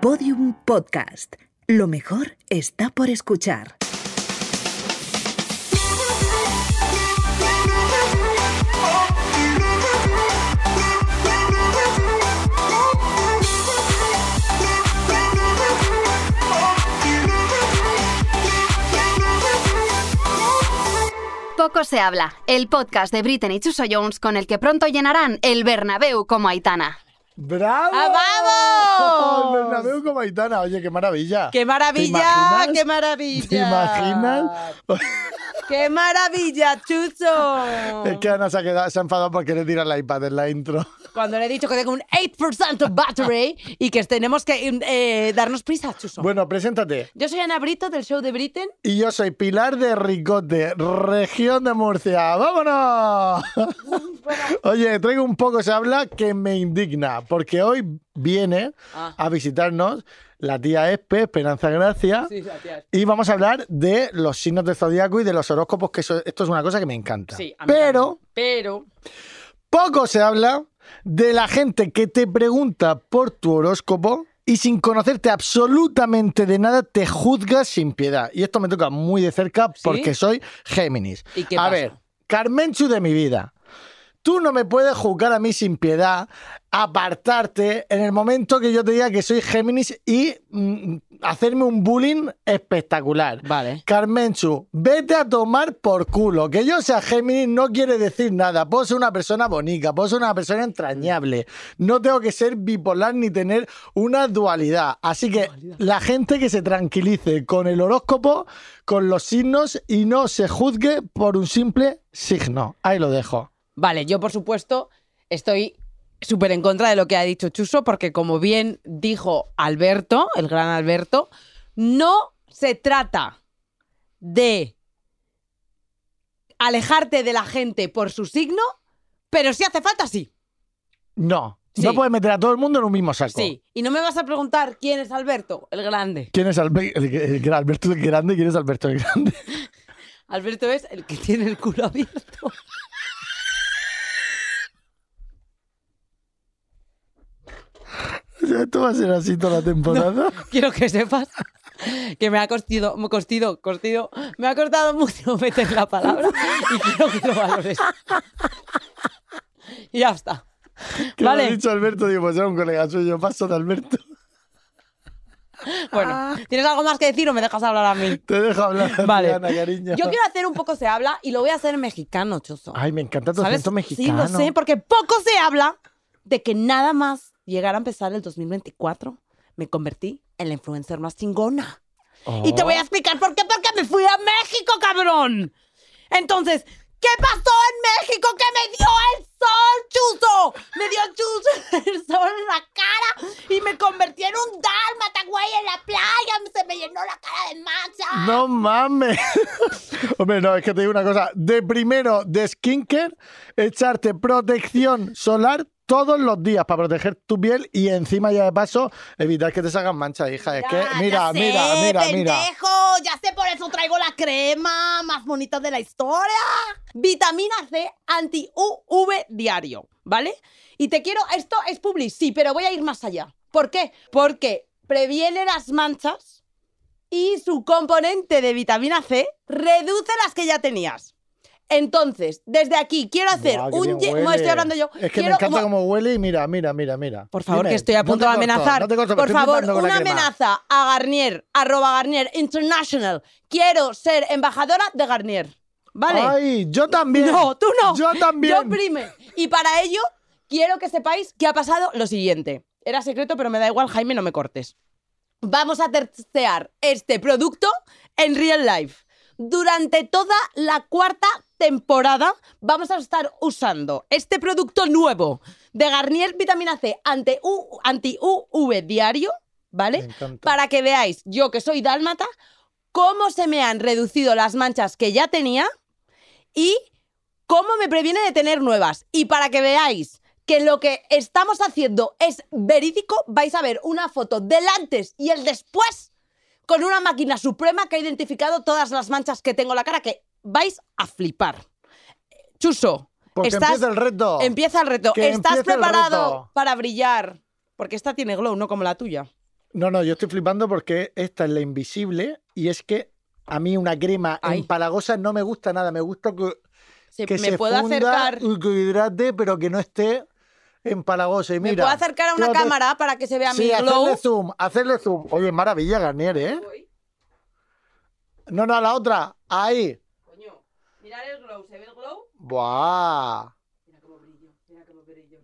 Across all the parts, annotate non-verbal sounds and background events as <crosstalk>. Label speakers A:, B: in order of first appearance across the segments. A: Podium Podcast. Lo mejor está por escuchar.
B: Poco se habla, el podcast de Britney y Chuso Jones con el que pronto llenarán el Bernabéu como Aitana.
C: ¡Bravo!
D: ¡Ah, vamos!
C: <laughs> El Bernabéu como Aitana. Oye, qué maravilla.
D: ¡Qué
C: ¿Te
D: maravilla!
C: imaginas?
D: ¡Qué
C: ¿Te
D: maravilla!
C: imaginas?
D: ¡Qué
C: <laughs>
D: maravilla,
C: Es
D: Chuzo!
C: que Ana se ha, quedado, se ha enfadado porque le tiran la iPad en la
D: <laughs>
C: intro.
D: Cuando le he dicho que tengo un 8% battery y que tenemos que eh, darnos prisa, Chuso.
C: Bueno, preséntate.
D: Yo soy Ana Brito del show de Britain.
C: Y yo soy Pilar de Ricote, región de Murcia.
D: <laughs>
C: ¡Vámonos! Oye, traigo un poco se habla que me indigna, porque hoy viene
D: Ah.
C: a visitarnos la tía Espe, Esperanza Gracia. Y vamos a hablar de los signos del zodiaco y de los horóscopos, que eso- esto es una cosa que me encanta.
D: Sí, a mí
C: Pero
D: también. Pero.
C: poco se habla de la gente que te pregunta por tu horóscopo y sin conocerte absolutamente de nada te juzga sin piedad. Y esto me toca muy de cerca porque soy Géminis.
D: ¿Y qué
C: a
D: pasa?
C: ver, Carmenchu de mi vida. Tú no me puedes juzgar a mí sin piedad, apartarte en el momento que yo te diga que soy Géminis y mm, hacerme un bullying espectacular.
D: Vale.
C: Carmenchu, vete a tomar por culo. Que yo sea Géminis no quiere decir nada. Puedo ser una persona bonita, puedo ser una persona entrañable. No tengo que ser bipolar ni tener una dualidad. Así que la gente que se tranquilice con el horóscopo, con los signos y no se juzgue por un simple signo. Ahí lo dejo.
D: Vale, yo por supuesto estoy súper en contra de lo que ha dicho Chuso, porque como bien dijo Alberto, el gran Alberto, no se trata de alejarte de la gente por su signo, pero si hace falta, sí.
C: No.
D: Sí.
C: No puedes meter a todo el mundo en un mismo saco.
D: Sí. Y no me vas a preguntar quién es Alberto, el grande.
C: ¿Quién es Albe- el, el- el Alberto el Grande? ¿Quién es Alberto el Grande? <laughs>
D: Alberto es el que tiene el culo abierto.
C: Esto va a ser así toda la temporada.
D: <laughs> Quiero que sepas que me ha costado, me, costido, costido, me ha costado mucho <laughs> meter la palabra y quiero que lo valores. Y ya está.
C: <laughs> Que me
D: vale,
C: ha dicho Alberto, digo, pues era un colega suyo, paso de Alberto.
D: bueno, ¿tienes algo más que decir o me dejas hablar a mí?
C: Te dejo hablar,
D: Vale.
C: Ana, cariño.
D: Yo quiero hacer un poco se habla y lo voy a hacer en mexicano, Choso.
C: Ay, me encanta tu
D: ¿Sabes?
C: acento mexicano.
D: Sí, lo sé, porque poco se habla de que nada más llegar a empezar el 2024 me convertí en la influencer más chingona. Y te voy
C: Oh.
D: a explicar por qué, porque me fui a México, cabrón. Entonces, ¿qué pasó en México? Que me dio el sol, chuzo. Me dio el chuzo, <laughs> el sol en la cara y me convertí en un dálmata, güey, en la playa. Se me llenó la cara de mancha.
C: No mames. <laughs> Hombre, no, es que te digo una cosa. De primero, de skincare, echarte protección solar todos los días para proteger tu piel y encima ya de paso evitar que te salgan manchas, hija. Es que, mira, mira, mira, mira.
D: ya sé, por eso traigo la crema más bonita de la historia. Vitamina C anti-UV diario, ¿vale? Y te quiero, esto es public, sí, pero voy a ir más allá. ¿Por qué? Porque previene las manchas y su componente de vitamina C reduce las que ya tenías. Entonces, desde aquí quiero hacer
C: Guau, qué
D: un...
C: bien
D: ye- No,
C: huele.
D: estoy hablando yo.
C: Es que me
D: Quiero
C: encanta
D: como-
C: cómo huele y mira, mira, mira, mira.
D: por favor,
C: Dime,
D: que estoy a
C: no
D: punto
C: te
D: de
C: corto,
D: amenazar.
C: no te corto, me
D: Por
C: estoy
D: favor,
C: flipando con la
D: una
C: crema.
D: amenaza a Garnier, arroba Garnier International. Quiero ser embajadora de Garnier. ¿Vale?
C: Ay, yo también.
D: No, tú no.
C: Yo también.
D: Yo prime. Y para ello, quiero que sepáis que ha pasado lo siguiente. Era secreto, pero me da igual, Jaime, no me cortes. Vamos a testear este producto en real life. Durante toda la cuarta temporada vamos a estar usando este producto nuevo de Garnier Vitamina C ante U- anti-UV diario,
C: Me
D: ¿vale?
C: encanta.
D: Para que veáis, yo que soy dálmata, cómo se me han reducido las manchas que ya tenía y cómo me previene de tener nuevas. Y para que veáis que lo que estamos haciendo es verídico, vais a ver una foto del antes y el después con una máquina suprema que ha identificado todas las manchas que tengo en la cara que vais a flipar. Chuso,
C: Porque
D: estás-
C: empieza Pues el reto.
D: empieza el reto.
C: Que
D: ¿Estás
C: empiece el
D: preparado
C: reto.
D: para brillar? Porque esta tiene glow, no como la tuya.
C: No, no, yo estoy flipando porque esta es la invisible y es que a mí una crema
D: Ay.
C: empalagosa no me gusta nada. Me gusta que,
D: Se-
C: que
D: me
C: se
D: puedo
C: funda
D: acercar.
C: y que hidrate, pero que no esté empalagosa. Y
D: Me
C: mira,
D: puedo acercar a una
C: yo te-
D: cámara para que se vea
C: Sí,
D: mi glow.
C: hacerle zoom, hacerle zoom. Oye, maravilla, Garnier, ¿eh? No, no, la otra. Ahí.
D: Coño, mirad el glow, ¿se ve el glow?
C: Buah.
D: Mira cómo brillo, mira cómo brillo.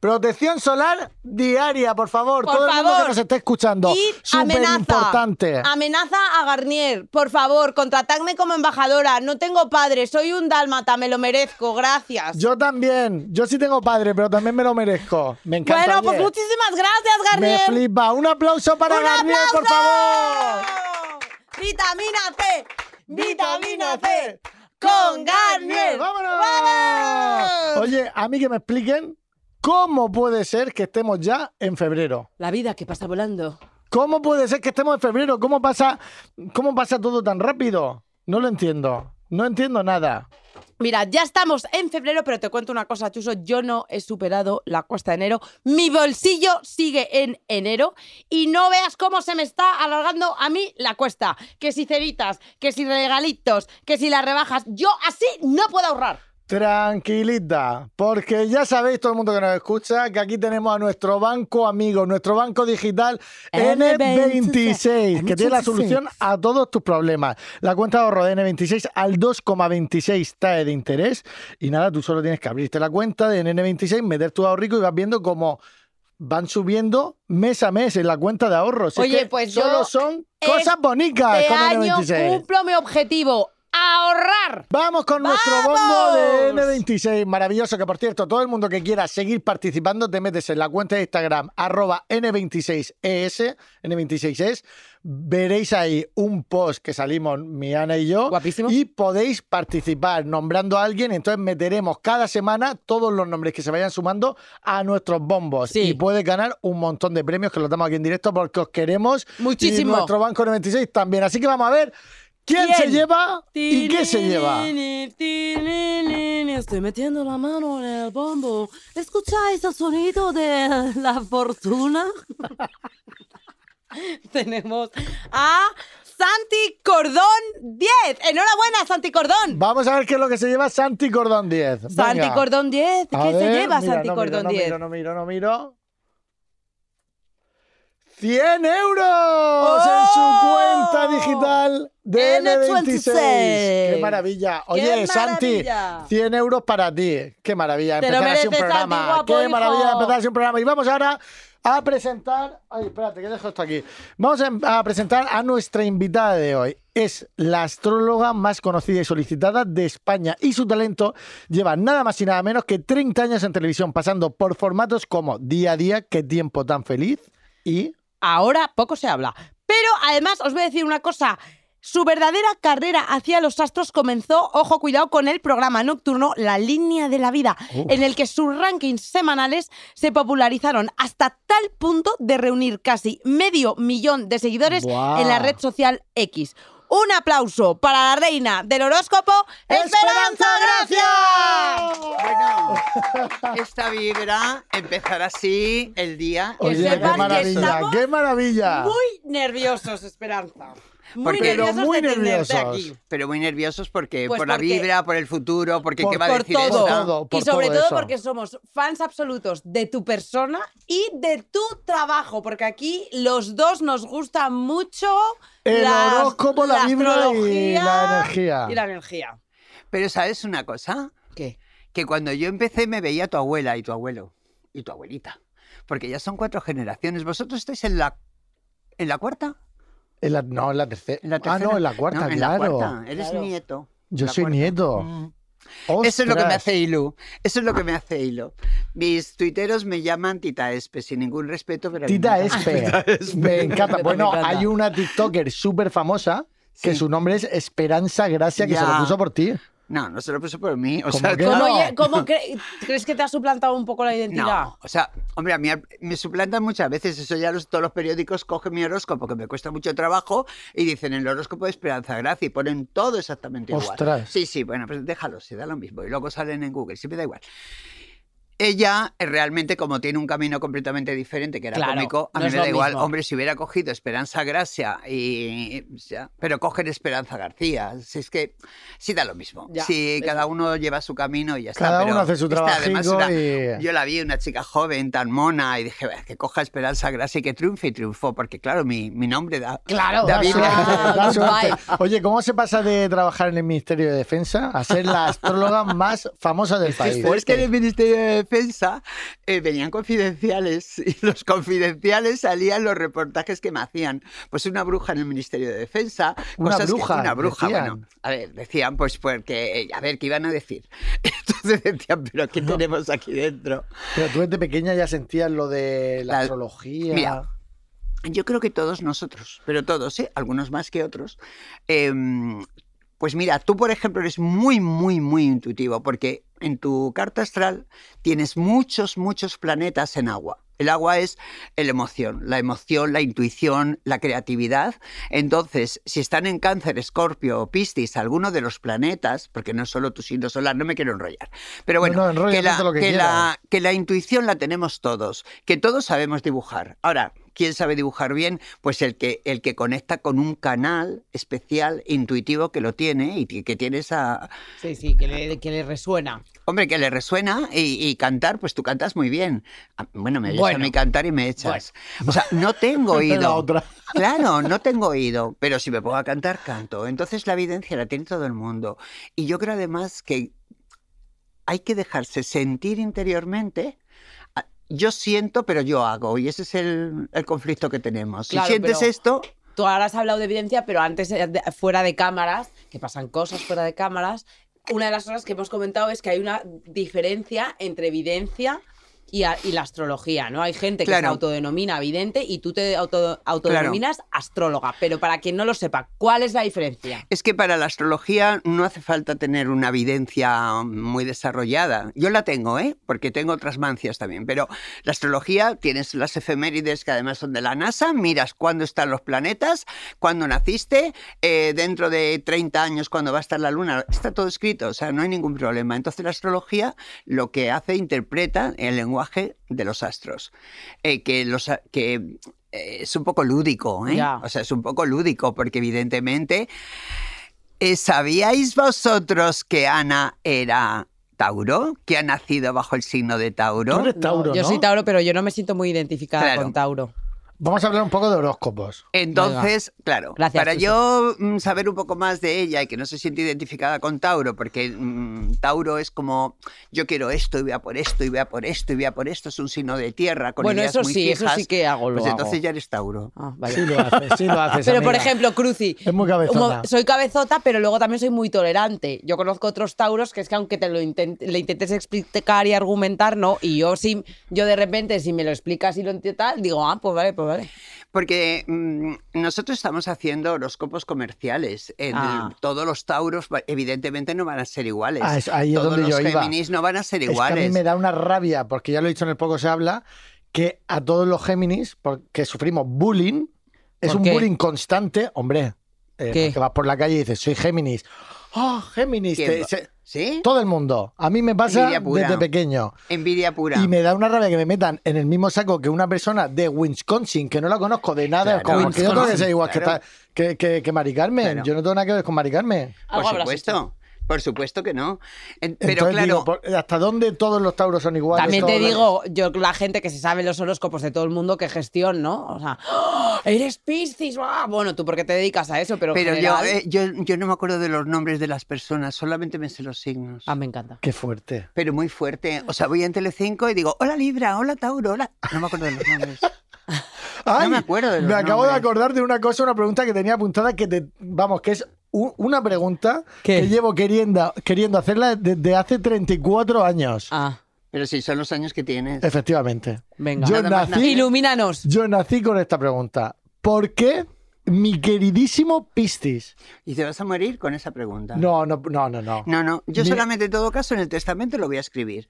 C: Protección solar diaria, por favor.
D: Por
C: Todo el mundo que
D: favor.
C: nos está escuchando.
D: Y
C: Súper importante.
D: Amenaza a Garnier. Por favor, contratadme como embajadora. No tengo padre, soy un dálmata, me lo merezco. Gracias.
C: Yo también. Yo sí tengo padre, pero también me lo merezco. Me encanta.
D: bueno, pues
C: oye.
D: muchísimas gracias,
C: Me
D: Garnier.
C: flipa. Un aplauso para
D: ¡Un
C: Garnier,
D: aplauso!
C: por favor.
D: Vitamina C, vitamina C, con Garnier.
C: ¡Vámonos!
D: ¡Vamos!
C: Oye, a mí que me expliquen cómo puede ser que estemos ya en febrero.
D: La vida que pasa volando.
C: ¿Cómo puede ser que estemos en febrero? ¿Cómo pasa, cómo pasa todo tan rápido? No lo entiendo. No entiendo nada.
D: Mira, ya estamos en febrero, pero te cuento una cosa, Chuso, yo no he superado la cuesta de enero. Mi bolsillo sigue en enero y no veas cómo se me está alargando a mí la cuesta. Que si ceritas, que si regalitos, que si las rebajas, yo así no puedo ahorrar.
C: Tranquilita, porque ya sabéis todo el mundo que nos escucha que aquí tenemos a nuestro banco amigo, nuestro banco digital N26, que tiene la solución a todos tus problemas. La cuenta de ahorro de N26 al 2,26 TAE de interés y nada, tú solo tienes que abrirte la cuenta de N26, meter tu ahorrico y vas viendo cómo van subiendo mes a mes en la cuenta de ahorro. Si es
D: Oye,
C: que
D: pues yo
C: solo son cosas
D: este
C: bonitas
D: Este
C: con
D: año
C: N26.
D: cumplo mi objetivo, ahorrar.
C: Vamos con nuestro
D: ¡Vamos!
C: bombo de N26. Maravilloso, que por cierto, todo el mundo que quiera seguir participando, te metes en la cuenta de Instagram, arroba N26ES, N26ES. Veréis ahí un post que salimos mi Ana y yo.
D: Guapísimo.
C: Y podéis participar nombrando a alguien. Entonces meteremos cada semana todos los nombres que se vayan sumando a nuestros bombos.
D: Sí.
C: Y puedes ganar un montón de premios que los damos aquí en directo porque os queremos.
D: Muchísimo.
C: Y nuestro banco N26 también. Así que vamos a ver. ¿Quién, se
D: ¿Quién?
C: lleva y qué se lleva?
D: Estoy metiendo la mano en el bombo. ¿Escucháis el sonido de la fortuna? <laughs> Tenemos a Santi Cordón 10. Enhorabuena, Santi Cordón.
C: Vamos a ver qué es lo que se lleva Santi Cordón 10. Venga.
D: Santi Cordón 10. ¿Qué
C: A
D: se
C: ver, mira,
D: lleva Santi
C: no miro,
D: Cordón
C: no
D: 10?
C: Miro, no miro, no miro. 100 euros
D: ¡Oh!
C: en su cuenta digital de N26. ¡Qué
D: N26.
C: maravilla!
D: ¡Qué
C: Oye,
D: maravilla!
C: Santi, 100 euros para ti. ¡Qué maravilla!
D: Te lo
C: Empezar así un
D: mereces, Santi,
C: programa.
D: guapo,
C: ¡Qué
D: hijo!
C: maravilla empezar así un programa! Y vamos ahora a presentar. Ay, espérate, que dejo esto aquí. Vamos a, a presentar a nuestra invitada de hoy. Es la astróloga más conocida y solicitada de España y su talento lleva nada más y nada menos que 30 años en televisión, pasando por formatos como Día a Día, Qué Tiempo Tan Feliz y
D: ahora poco se habla. Pero además os voy a decir una cosa. Su verdadera carrera hacia los astros comenzó, ojo cuidado, con el programa nocturno La Línea de la Vida,
C: Uf.
D: en el que sus rankings semanales se popularizaron hasta tal punto de reunir casi medio millón de seguidores
C: Buah.
D: en la red social X. Un aplauso para la reina del horóscopo, Esperanza Gracia.
E: Bueno, esta vibra empezar así el día.
D: Que
C: Oye,
D: sepan
C: qué
D: que
C: maravilla,
D: estamos
C: qué maravilla.
D: Muy nerviosos, Esperanza. Muy
E: Porque- Pero
D: nerviosos
C: muy
D: de tenerte
C: nerviosos.
D: aquí.
E: eh, Pero muy nerviosos porque
D: Pues
E: por la
D: porque-
E: vibra, por el futuro, porque
C: Por-
E: qué va a
D: por
E: decir
D: todo.
E: esta?
C: Por todo, por
D: y sobre
C: todo
D: todo,
C: eso.
D: porque somos fans absolutos de tu persona y de tu trabajo, porque aquí los dos nos gusta mucho
C: El
D: las-
C: horóscopo, la vibra y
D: astrología
C: la energía.
D: Y la energía.
E: Pero sabes una cosa,
D: ¿Qué?
E: que cuando yo empecé me veía tu abuela y tu abuelo y tu abuelita, porque ya son cuatro generaciones. Vosotros estáis en la en la cuarta,
C: En la- no, en la tercera.
E: en la
C: Ah,
E: tercera?
C: no, en la cuarta,
E: No, en la
C: claro.
E: cuarta. Eres
D: Claro.
E: nieto.
C: Yo
E: La
C: soy
E: cuarta.
C: nieto.
E: Mm. Eso es lo que me
C: Ostras.
E: hace hilo. Eso es lo que me hace hilo. Mis tuiteros me llaman Tita Espe, sin ningún respeto, pero. a mí me
C: Tita
E: encanta. <laughs>
C: Espe. Me encanta. Bueno, hay una TikToker súper famosa que
E: Sí.
C: su nombre es Esperanza Gracia, que se lo
E: Ya.
C: puso por ti.
E: No, no se lo puso por mí. O
C: ¿Cómo
E: sea,
C: que
D: ¿Cómo,
C: no?
D: lle- cómo cre- crees que te ha suplantado un poco la identidad?
E: No, o sea, hombre, a mí al- me suplantan muchas veces. Eso ya los- todos los periódicos cogen mi horóscopo, que me cuesta mucho trabajo, y dicen el horóscopo de Esperanza Gracia y ponen todo exactamente igual.
C: Ostras.
E: Sí, sí, bueno, pues déjalo, se da lo mismo. Y luego salen en Google, sí me da igual. Ella eh, realmente, como tiene un camino completamente diferente, que era
D: Claro,
E: cómico, a
D: no
E: mí
D: es
E: me
D: lo
E: da igual.
D: mismo.
E: Hombre, si hubiera cogido Esperanza Gracia y. o sea, pero cogen Esperanza García. Si es que sí da lo mismo.
D: Ya,
E: si
D: eso.
E: cada uno lleva su camino y ya está.
C: Cada
E: pero
C: uno hace su
E: esta, además,
C: trabajico
E: era-
C: y-
E: Yo la vi, una chica joven, tan mona, y dije, "Bah, que coja Esperanza Gracia y que triunfe y triunfó, porque claro, mi, mi nombre da.
D: Claro,
E: da
D: da
E: <laughs>
D: suerte.
E: vibra.
D: <laughs>
C: Da
D: good
C: suerte.
D: vibe.
C: Oye, ¿cómo se pasa de trabajar en el Ministerio de Defensa a ser la astróloga más famosa del
E: Pues
C: país?
E: <laughs> es que en el Ministerio de Defensa eh, venían confidenciales <laughs> y los confidenciales salían los reportajes que me hacían. Pues una bruja en el Ministerio de Defensa.
C: Una
E: cosas que-
C: bruja,
E: una bruja,
C: decían.
E: bueno. A ver, decían, pues porque, eh, a ver, ¿qué iban a decir? <laughs> Entonces decían, pero ¿qué tenemos aquí dentro?
C: Pero tú desde pequeña ya sentías lo de la,
E: La-
C: astrología.
E: Mira, Yo creo que todos nosotros, pero todos, ¿eh? algunos más que otros. Em, pues mira, tú, por ejemplo, eres muy, muy, muy intuitivo, porque en tu carta astral tienes muchos, muchos planetas en agua. El agua es la emoción, la emoción, la intuición, la creatividad. Entonces, si están en cáncer, escorpio o piscis, alguno de los planetas, porque no es solo tu signo solar, no me quiero enrollar. Pero bueno,
C: No, no, enrolla
E: que, la,
C: tanto lo que
E: que la-
C: quieras.
E: que la intuición la tenemos todos, que todos sabemos dibujar. Ahora, ¿quién sabe dibujar bien? Pues el que, el que conecta con un canal especial, intuitivo, que lo tiene y que que tiene esa...
D: Sí, sí, que le, que le resuena.
E: Hombre, que le resuena y, y cantar, pues tú cantas muy bien. Ah, Bueno, me oyes
D: Bueno.
E: a mí cantar y me echas. O sea,
D: <laughs>
E: no tengo
C: La
E: oído.
C: otra. <laughs>
E: Claro, no tengo oído, pero si me pongo a cantar, canto. Entonces la evidencia la tiene todo el mundo. Y yo creo además que hay que dejarse sentir interiormente. Ah, Yo siento, pero yo hago. Y ese es el, el conflicto que tenemos.
D: Claro,
E: si sientes
D: pero-
E: esto,
D: Tú ahora has hablado de evidencia, pero antes, eh, de- fuera de cámaras, que pasan cosas fuera de cámaras, una de las cosas que hemos comentado es que hay una diferencia entre evidencia y, a- y la astrología, ¿no? Hay gente que se
E: Claro.
D: autodenomina vidente y tú te auto- autodenominas astróloga, pero para quien no lo sepa, ¿cuál es la diferencia?
E: Es que para la astrología no hace falta tener una evidencia muy desarrollada. Yo la tengo, ¿eh? Porque tengo otras mancias también. Pero la astrología tienes las efemérides que además son de la NASA, miras cuándo están los planetas, cuándo naciste, eh, dentro de 30 años cuándo va a estar la Luna. Está todo escrito, o sea, no hay ningún problema. Entonces la astrología lo que hace, interpreta el lenguaje de los astros. Eh, que los, a- que eh, es un poco lúdico, ¿eh?
D: Ya.
E: O sea, es un poco lúdico porque evidentemente eh, ¿Sabíais vosotros que Ana era Tauro? ¿Que ha nacido bajo el signo de
C: Tú
E: Tauro?
C: eres Tauro,
D: yo
C: ¿no?
D: soy Tauro, pero yo no me siento muy identificada
E: Claro.
D: con Tauro.
C: Vamos a hablar un poco de horóscopos.
E: Entonces, claro,
D: Gracias,
E: para
D: Susi.
E: yo mm, saber un poco más de ella y que no se siente identificada con Tauro, porque mm, Tauro es como yo quiero esto y voy a por esto y voy a por esto y voy a por esto, es un signo de tierra con
D: bueno,
E: ideas
D: eso
E: muy
D: sí, eso
E: fijas.
D: sí que hago, lo
E: Pues
D: hago.
E: entonces ya eres Tauro.
D: Ah, vaya.
C: Sí lo haces, sí lo haces.
D: Pero, por
C: amiga.
D: ejemplo, Cruci.
C: Es muy cabezona.
D: como Soy cabezota, pero luego también soy muy tolerante. Yo conozco otros tauros que es que aunque te lo intent- le intentes explicar y argumentar, no. Y yo sí, yo de repente, si me lo explicas y lo entiendo tal, digo, ah, pues vale, pues vale.
E: Porque mm, nosotros estamos haciendo horóscopos comerciales. En el-
D: Ah.
E: todos los tauros, va- evidentemente, no van a ser iguales.
C: Ah, es- ahí es
E: todos
C: donde
E: los
C: yo iba.
E: Géminis no van a ser
C: Es
E: iguales.
C: que a mí me da una rabia, porque ya lo he dicho en el poco se habla, que a todos los Géminis, porque sufrimos bullying, es
D: ¿Por
C: un
D: qué?
C: bullying constante, hombre.
D: ¿Qué?
C: Que vas por la calle y dices, soy Géminis. ¡Oh, Géminis!
E: ¿Quién
C: Te-
E: va?
C: se-
E: ¿Sí?
C: todo el mundo. A mí me pasa
E: Envidia pura.
C: desde pequeño.
E: Envidia pura.
C: Y me da una rabia que me metan en el mismo saco que una persona de Wisconsin, que no la conozco de nada.
E: Claro,
C: es como que yo tengo que ser
E: Wisconsin,
C: igual que,
E: claro.
C: ta- que, que, que Mari Carmen.
E: Claro.
C: Yo no tengo nada que ver con Mari Carmen.
E: Por
D: Algo habrás
E: supuesto. Por supuesto que no. En- Pero
C: Entonces
E: claro,
C: digo, por- ¿hasta dónde todos los tauros son iguales?
D: También te
C: Todos los-
D: digo, yo la gente que se sabe los horóscopos de todo el mundo, qué gestión, ¿no? O sea, ¡ah! eres Piscis, ¡ah! bueno, tú porque te dedicas a eso, pero, en
E: pero yo,
D: general-
E: eh, yo, yo no me acuerdo de los nombres de las personas, solamente me sé los signos.
D: Ah, me encanta.
C: Qué fuerte.
E: Pero muy fuerte. O sea, voy en Telecinco y digo, hola Libra, hola Tauro, hola... No me acuerdo de
C: <laughs>
E: los nombres.
C: Ay,
E: No me acuerdo de los
C: me acabo de
E: nombres.
C: acordar de una cosa, una pregunta que tenía apuntada que te- vamos, que es u- una pregunta
D: ¿Qué?
C: que llevo queriendo, queriendo hacerla desde hace 34 años.
D: Ah,
E: Pero sí, son los años que tienes.
C: Eh, Efectivamente.
D: venga.
C: Yo
E: Nada más
C: nací-
D: Ilumínanos.
C: Yo nací con esta pregunta. ¿Por qué mi queridísimo Pistis?
E: Y te vas a morir con esa pregunta.
C: No, no, no, no, no.
E: No, no, yo
C: Ni-
E: solamente en todo caso en el testamento lo voy
C: <gasps>
E: a escribir.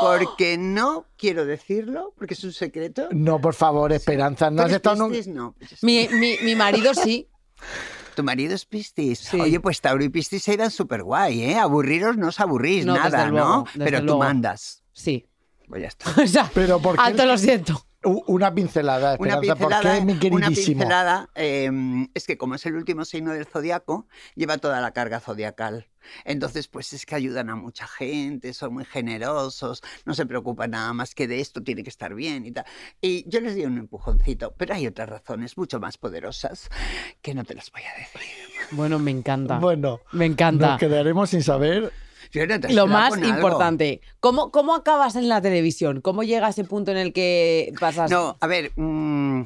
E: Porque no quiero decirlo, porque es un secreto.
C: No, por favor, Esperanza.
E: Tú
C: No has
E: eres
C: estado nunca.
E: Piscis, no.
D: Mi, mi, mi marido sí.
E: Tu marido es Piscis.
D: Sí.
E: Oye, pues Tauro y Piscis se dan súper guay, ¿eh? Aburriros no os aburrís
D: No,
E: nada,
D: desde luego,
E: ¿no?
D: desde
E: Pero tú
D: luego.
E: mandas.
D: Sí. <laughs>
E: Pues ya está.
D: O sea,
C: Pero ¿por qué?
D: alto lo siento.
C: U- Una pincelada,
E: Ah,
C: <laughs>
E: Una
C: Esperanza,
E: pincelada,
C: porque mi
E: una
C: queridísimo.
E: pincelada eh, es que como es el último signo del zodiaco, lleva toda la carga zodiacal. Entonces, pues es que ayudan a mucha gente, son muy generosos, no se preocupan nada más que de esto, tiene que estar bien y tal. Y yo les di un empujoncito, pero hay otras razones mucho más poderosas que no te las voy a decir.
D: Bueno, me encanta.
C: Bueno,
D: me encanta.
C: nos quedaremos sin saber.
E: Fiona, te has
D: Lo
E: quedado
D: más
E: con algo.
D: importante, ¿cómo, ¿cómo acabas en la televisión? ¿Cómo llega ese punto en el que pasas?
E: No, a ver, mm,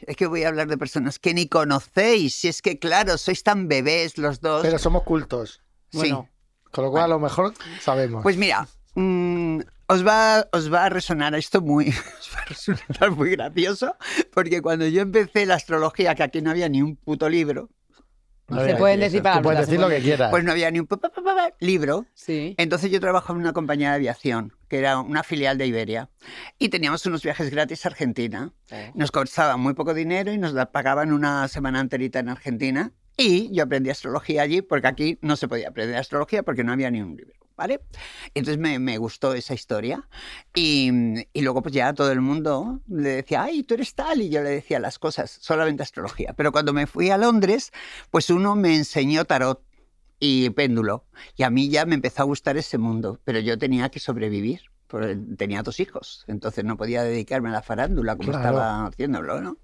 E: es que voy a hablar de personas que ni conocéis, si es que claro, sois tan bebés los dos.
C: Pero somos cultos,
E: Sí.
D: bueno.
C: con lo cual a lo mejor sabemos.
E: Pues mira, mm, os, va, os va a resonar esto muy, <laughs> os va a resultar muy gracioso, porque cuando yo empecé la astrología, que aquí no había ni un puto libro,
C: A
D: se
C: ver,
D: pueden
C: aquí
D: decir
C: está.
D: palabras,
C: Tú puedes
D: se
C: decir lo
D: pueden
C: que quieras.
E: pues no había ni un pa- pa- pa- pa- pa- libro.
D: Sí.
E: Entonces yo trabajaba en una compañía de aviación, que era una filial de Iberia, y teníamos unos viajes gratis a Argentina.
C: Eh,
E: Nos costaba muy poco dinero y nos la pagaban una semana enterita en Argentina. Y yo aprendí astrología allí porque aquí no se podía aprender astrología porque no había ni un libro, ¿vale? Entonces me, me gustó esa historia y, y luego pues ya todo el mundo le decía, ay, tú eres tal, y yo le decía las cosas, solamente astrología. Pero cuando me fui a Londres, pues uno me enseñó tarot y péndulo. Y a mí ya me empezó a gustar ese mundo, pero yo tenía que sobrevivir. porque Tenía dos hijos, entonces no podía dedicarme a la farándula como
C: Claro.
E: estaba haciéndolo, ¿no?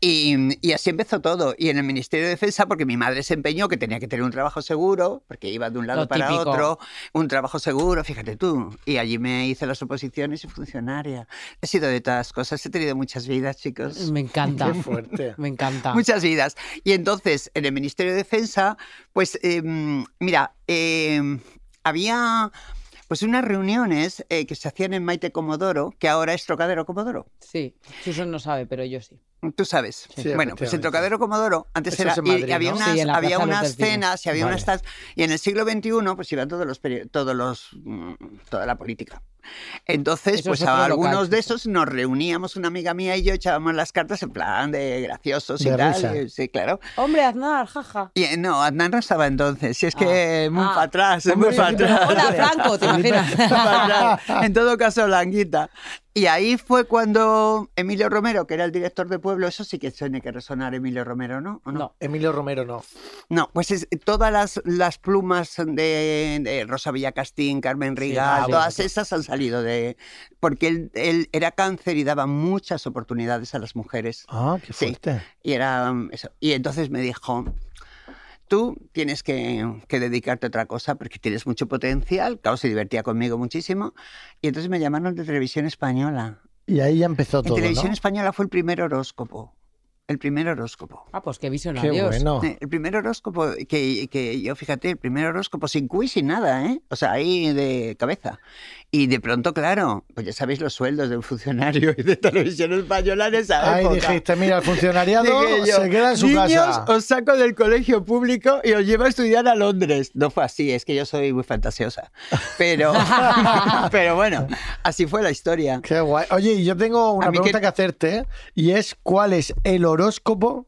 E: Y, y así empezó todo. Y en el Ministerio de Defensa, porque mi madre se empeñó que tenía que tener un trabajo seguro, porque iba de un lado
D: Lo
E: para
D: típico.
E: otro, un trabajo seguro, fíjate tú. Y allí me hice las oposiciones y funcionaria. He sido de todas cosas, he tenido muchas vidas, chicos.
D: Me encanta.
C: Qué fuerte.
D: Me encanta.
E: Muchas vidas. Y entonces, en el Ministerio de Defensa, pues, eh, mira, eh, había pues unas reuniones eh, que se hacían en Maite Comodoro, que ahora es Trocadero Comodoro.
D: Sí. Susan no sabe, pero yo sí.
E: Tú sabes.
C: Sí,
E: bueno, pues
C: efectivamente.
E: en Trocadero Comodoro, antes
C: Eso
E: era,
C: es en
E: y- y
C: Madrid,
E: había
C: ¿no?
E: unas,
D: Sí, en la
E: había
D: Plaza Luz
E: unas
D: del Cine.
E: cenas y había
C: Vale.
E: unas tas- y en el siglo XXI pues iban todos los, peri- todos los mm, toda la política.
D: Eso
E: Entonces,
D: es
E: pues
D: otro
E: a
D: local,
E: algunos de
D: sí,
E: esos nos reuníamos, una amiga mía y yo echábamos las cartas en plan de graciosos y
C: De
E: tal.
C: risa.
E: y- Sí, claro.
D: Hombre, Aznar, jaja.
E: Y, eh, no, Adnan no estaba entonces. Si es que eh, muy
D: Ah.
E: para atrás, muy para atrás.
D: Hola,
C: <laughs>
D: Franco, ¿te imaginas?
E: Para atrás. en todo caso, Blanquita. Y ahí fue cuando Emilio Romero, que era el director de Pueblo, eso sí que tiene que resonar Emilio Romero, ¿no? ¿O
D: No.
C: Emilio Romero no.
E: No, pues es- todas las, las plumas de, de Rosa Villacastín, Carmen Riga,
C: ah,
E: todas esas han salido de... Porque él, él era cáncer y daba muchas oportunidades a las mujeres.
C: Ah, qué
E: Sí.
C: fuerte.
E: Y era um, eso. Y entonces me dijo, tú tienes que, que dedicarte a otra cosa porque tienes mucho potencial. Claro, se divertía conmigo muchísimo. Y entonces me llamaron de Televisión Española.
C: Y ahí ya empezó
E: En
C: todo,
E: Televisión
C: ¿no?
E: Española fue el primer horóscopo. El primer horóscopo.
D: Ah, pues qué
C: Qué
D: visionarios.
C: bueno.
E: Eh, El primer horóscopo, que, que yo fíjate, el primer horóscopo sin quiz, sin nada, ¿eh? O sea, ahí de cabeza. Y de pronto, claro, pues ya sabéis los sueldos de un funcionario <laughs> y de televisión española en esa
C: Ahí
E: época.
C: dijiste, mira, el funcionariado
E: <laughs> Dije yo,
C: se queda en su
E: niños,
C: casa.
E: os saco del colegio público y os llevo a estudiar a Londres. No fue así, es que yo soy muy fantasiosa. Pero,
C: <laughs>
E: pero bueno, así fue la historia.
C: Qué guay. Oye, y yo tengo una
E: A mí
C: pregunta
E: que-
C: que hacerte, ¿eh? y es ¿cuál es el horóscopo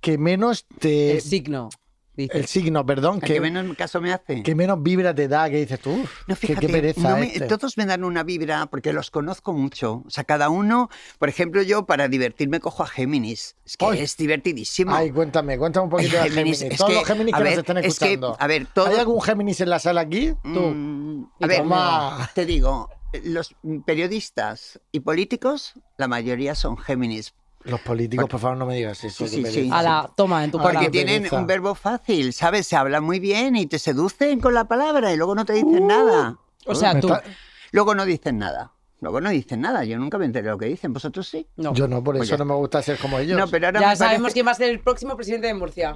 C: que menos te...
D: El signo. dice.
C: Eh, el signo, perdón,
E: ¿A
C: que,
E: qué menos caso me hace?
C: que menos vibra te da, que dices tú, "Uf,
E: No,
C: qué-
E: fíjate,
C: qué, pereza
E: no me-
C: este".
E: todos me dan una vibra porque los conozco mucho. O sea, cada uno, por ejemplo, yo para divertirme cojo a Géminis. Es que
C: Ay.
E: es divertidísimo.
C: Ay, cuéntame, cuéntame un poquito
E: Ay,
C: de
E: Géminis,
C: Géminis.
E: es
C: Todos
E: que-
C: los Géminis
E: a
C: que nos
E: ver,
C: están
E: es que,
C: escuchando.
E: a ver, todo-
C: ¿Hay algún Géminis en la sala aquí? Tú.
E: Mm,
D: Y
E: a ver,
C: Toma.
E: te digo, los periodistas y políticos, la mayoría son Géminis.
C: Los políticos, por favor, no me digas eso. qué
E: Sí, sí, Ah, sí.
C: pereza.
D: A la toma en tu
C: Ahora,
E: Porque
D: palabra.
C: qué
E: tienen
C: pereza.
E: un verbo fácil, ¿sabes? Se habla muy bien y te seducen con la palabra y luego no te
D: Uh.
E: dicen nada.
D: O sea,
C: Me
D: tú.
C: está-
E: Luego no dicen nada. Luego no dicen nada. Yo nunca me enteré de lo que dicen. ¿Vosotros sí?
D: No.
C: Yo no, por
E: Pues
C: eso
E: ya
C: no me gusta ser como ellos.
E: No, pero ahora
D: Ya
E: me parece-
D: sabemos quién va a ser el próximo presidente de Murcia.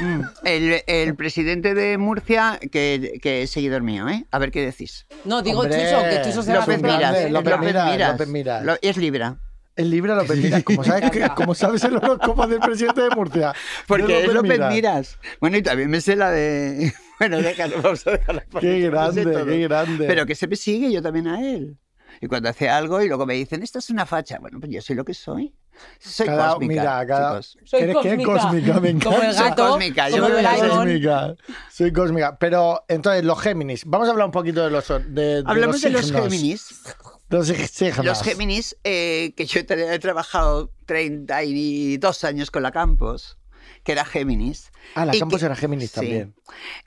E: Mm. El, el presidente de Murcia, que, que es seguidor mío, ¿eh? A ver qué decís.
C: Pues
D: No, digo
C: Hombre,
D: Chuso, que Chuso se va a
E: López
C: López
D: comprar.
E: Miras.
C: Miras, López Miras, López Miras.
E: Lo- es Libra.
C: El Libra López Miras,
E: <laughs>
C: como sabes, que- como sabes el horóscopo del presidente de Murcia.
E: Porque
C: De
E: es López
C: Miras.
E: Miras. Bueno, y también me sé la de. <laughs> Bueno, déjalo, vamos a dejarla. por
C: Qué
E: ahí, que me sé
C: grande,
E: todo.
C: qué grande.
E: Pero que se me sigue yo también a él. Y cuando hace algo y luego me dicen, esta es una facha. Bueno, pues yo soy lo que soy. Soy
C: Cada-
E: cósmica.
C: mira, cada-
E: chicos.
D: Soy
C: ¿Eres qué?
D: cósmica.
C: Cósmica, me encanta.
D: Como el
E: Soy
D: gato.
E: cósmica, yo
D: como
E: creo
D: el
E: que soy
D: Iron.
C: cósmica. Soy cósmica. Pero entonces, los Géminis. Vamos a hablar un poquito de los. De, de
E: Hablamos de los
C: signos.
E: Géminis.
C: Los sig- signos.
E: Los Géminis, eh, que yo he trabajado 32 años con la Campos, que era Géminis.
C: Ah, la
E: Y
C: Campos
E: que-
C: era Géminis
E: sí.
C: también.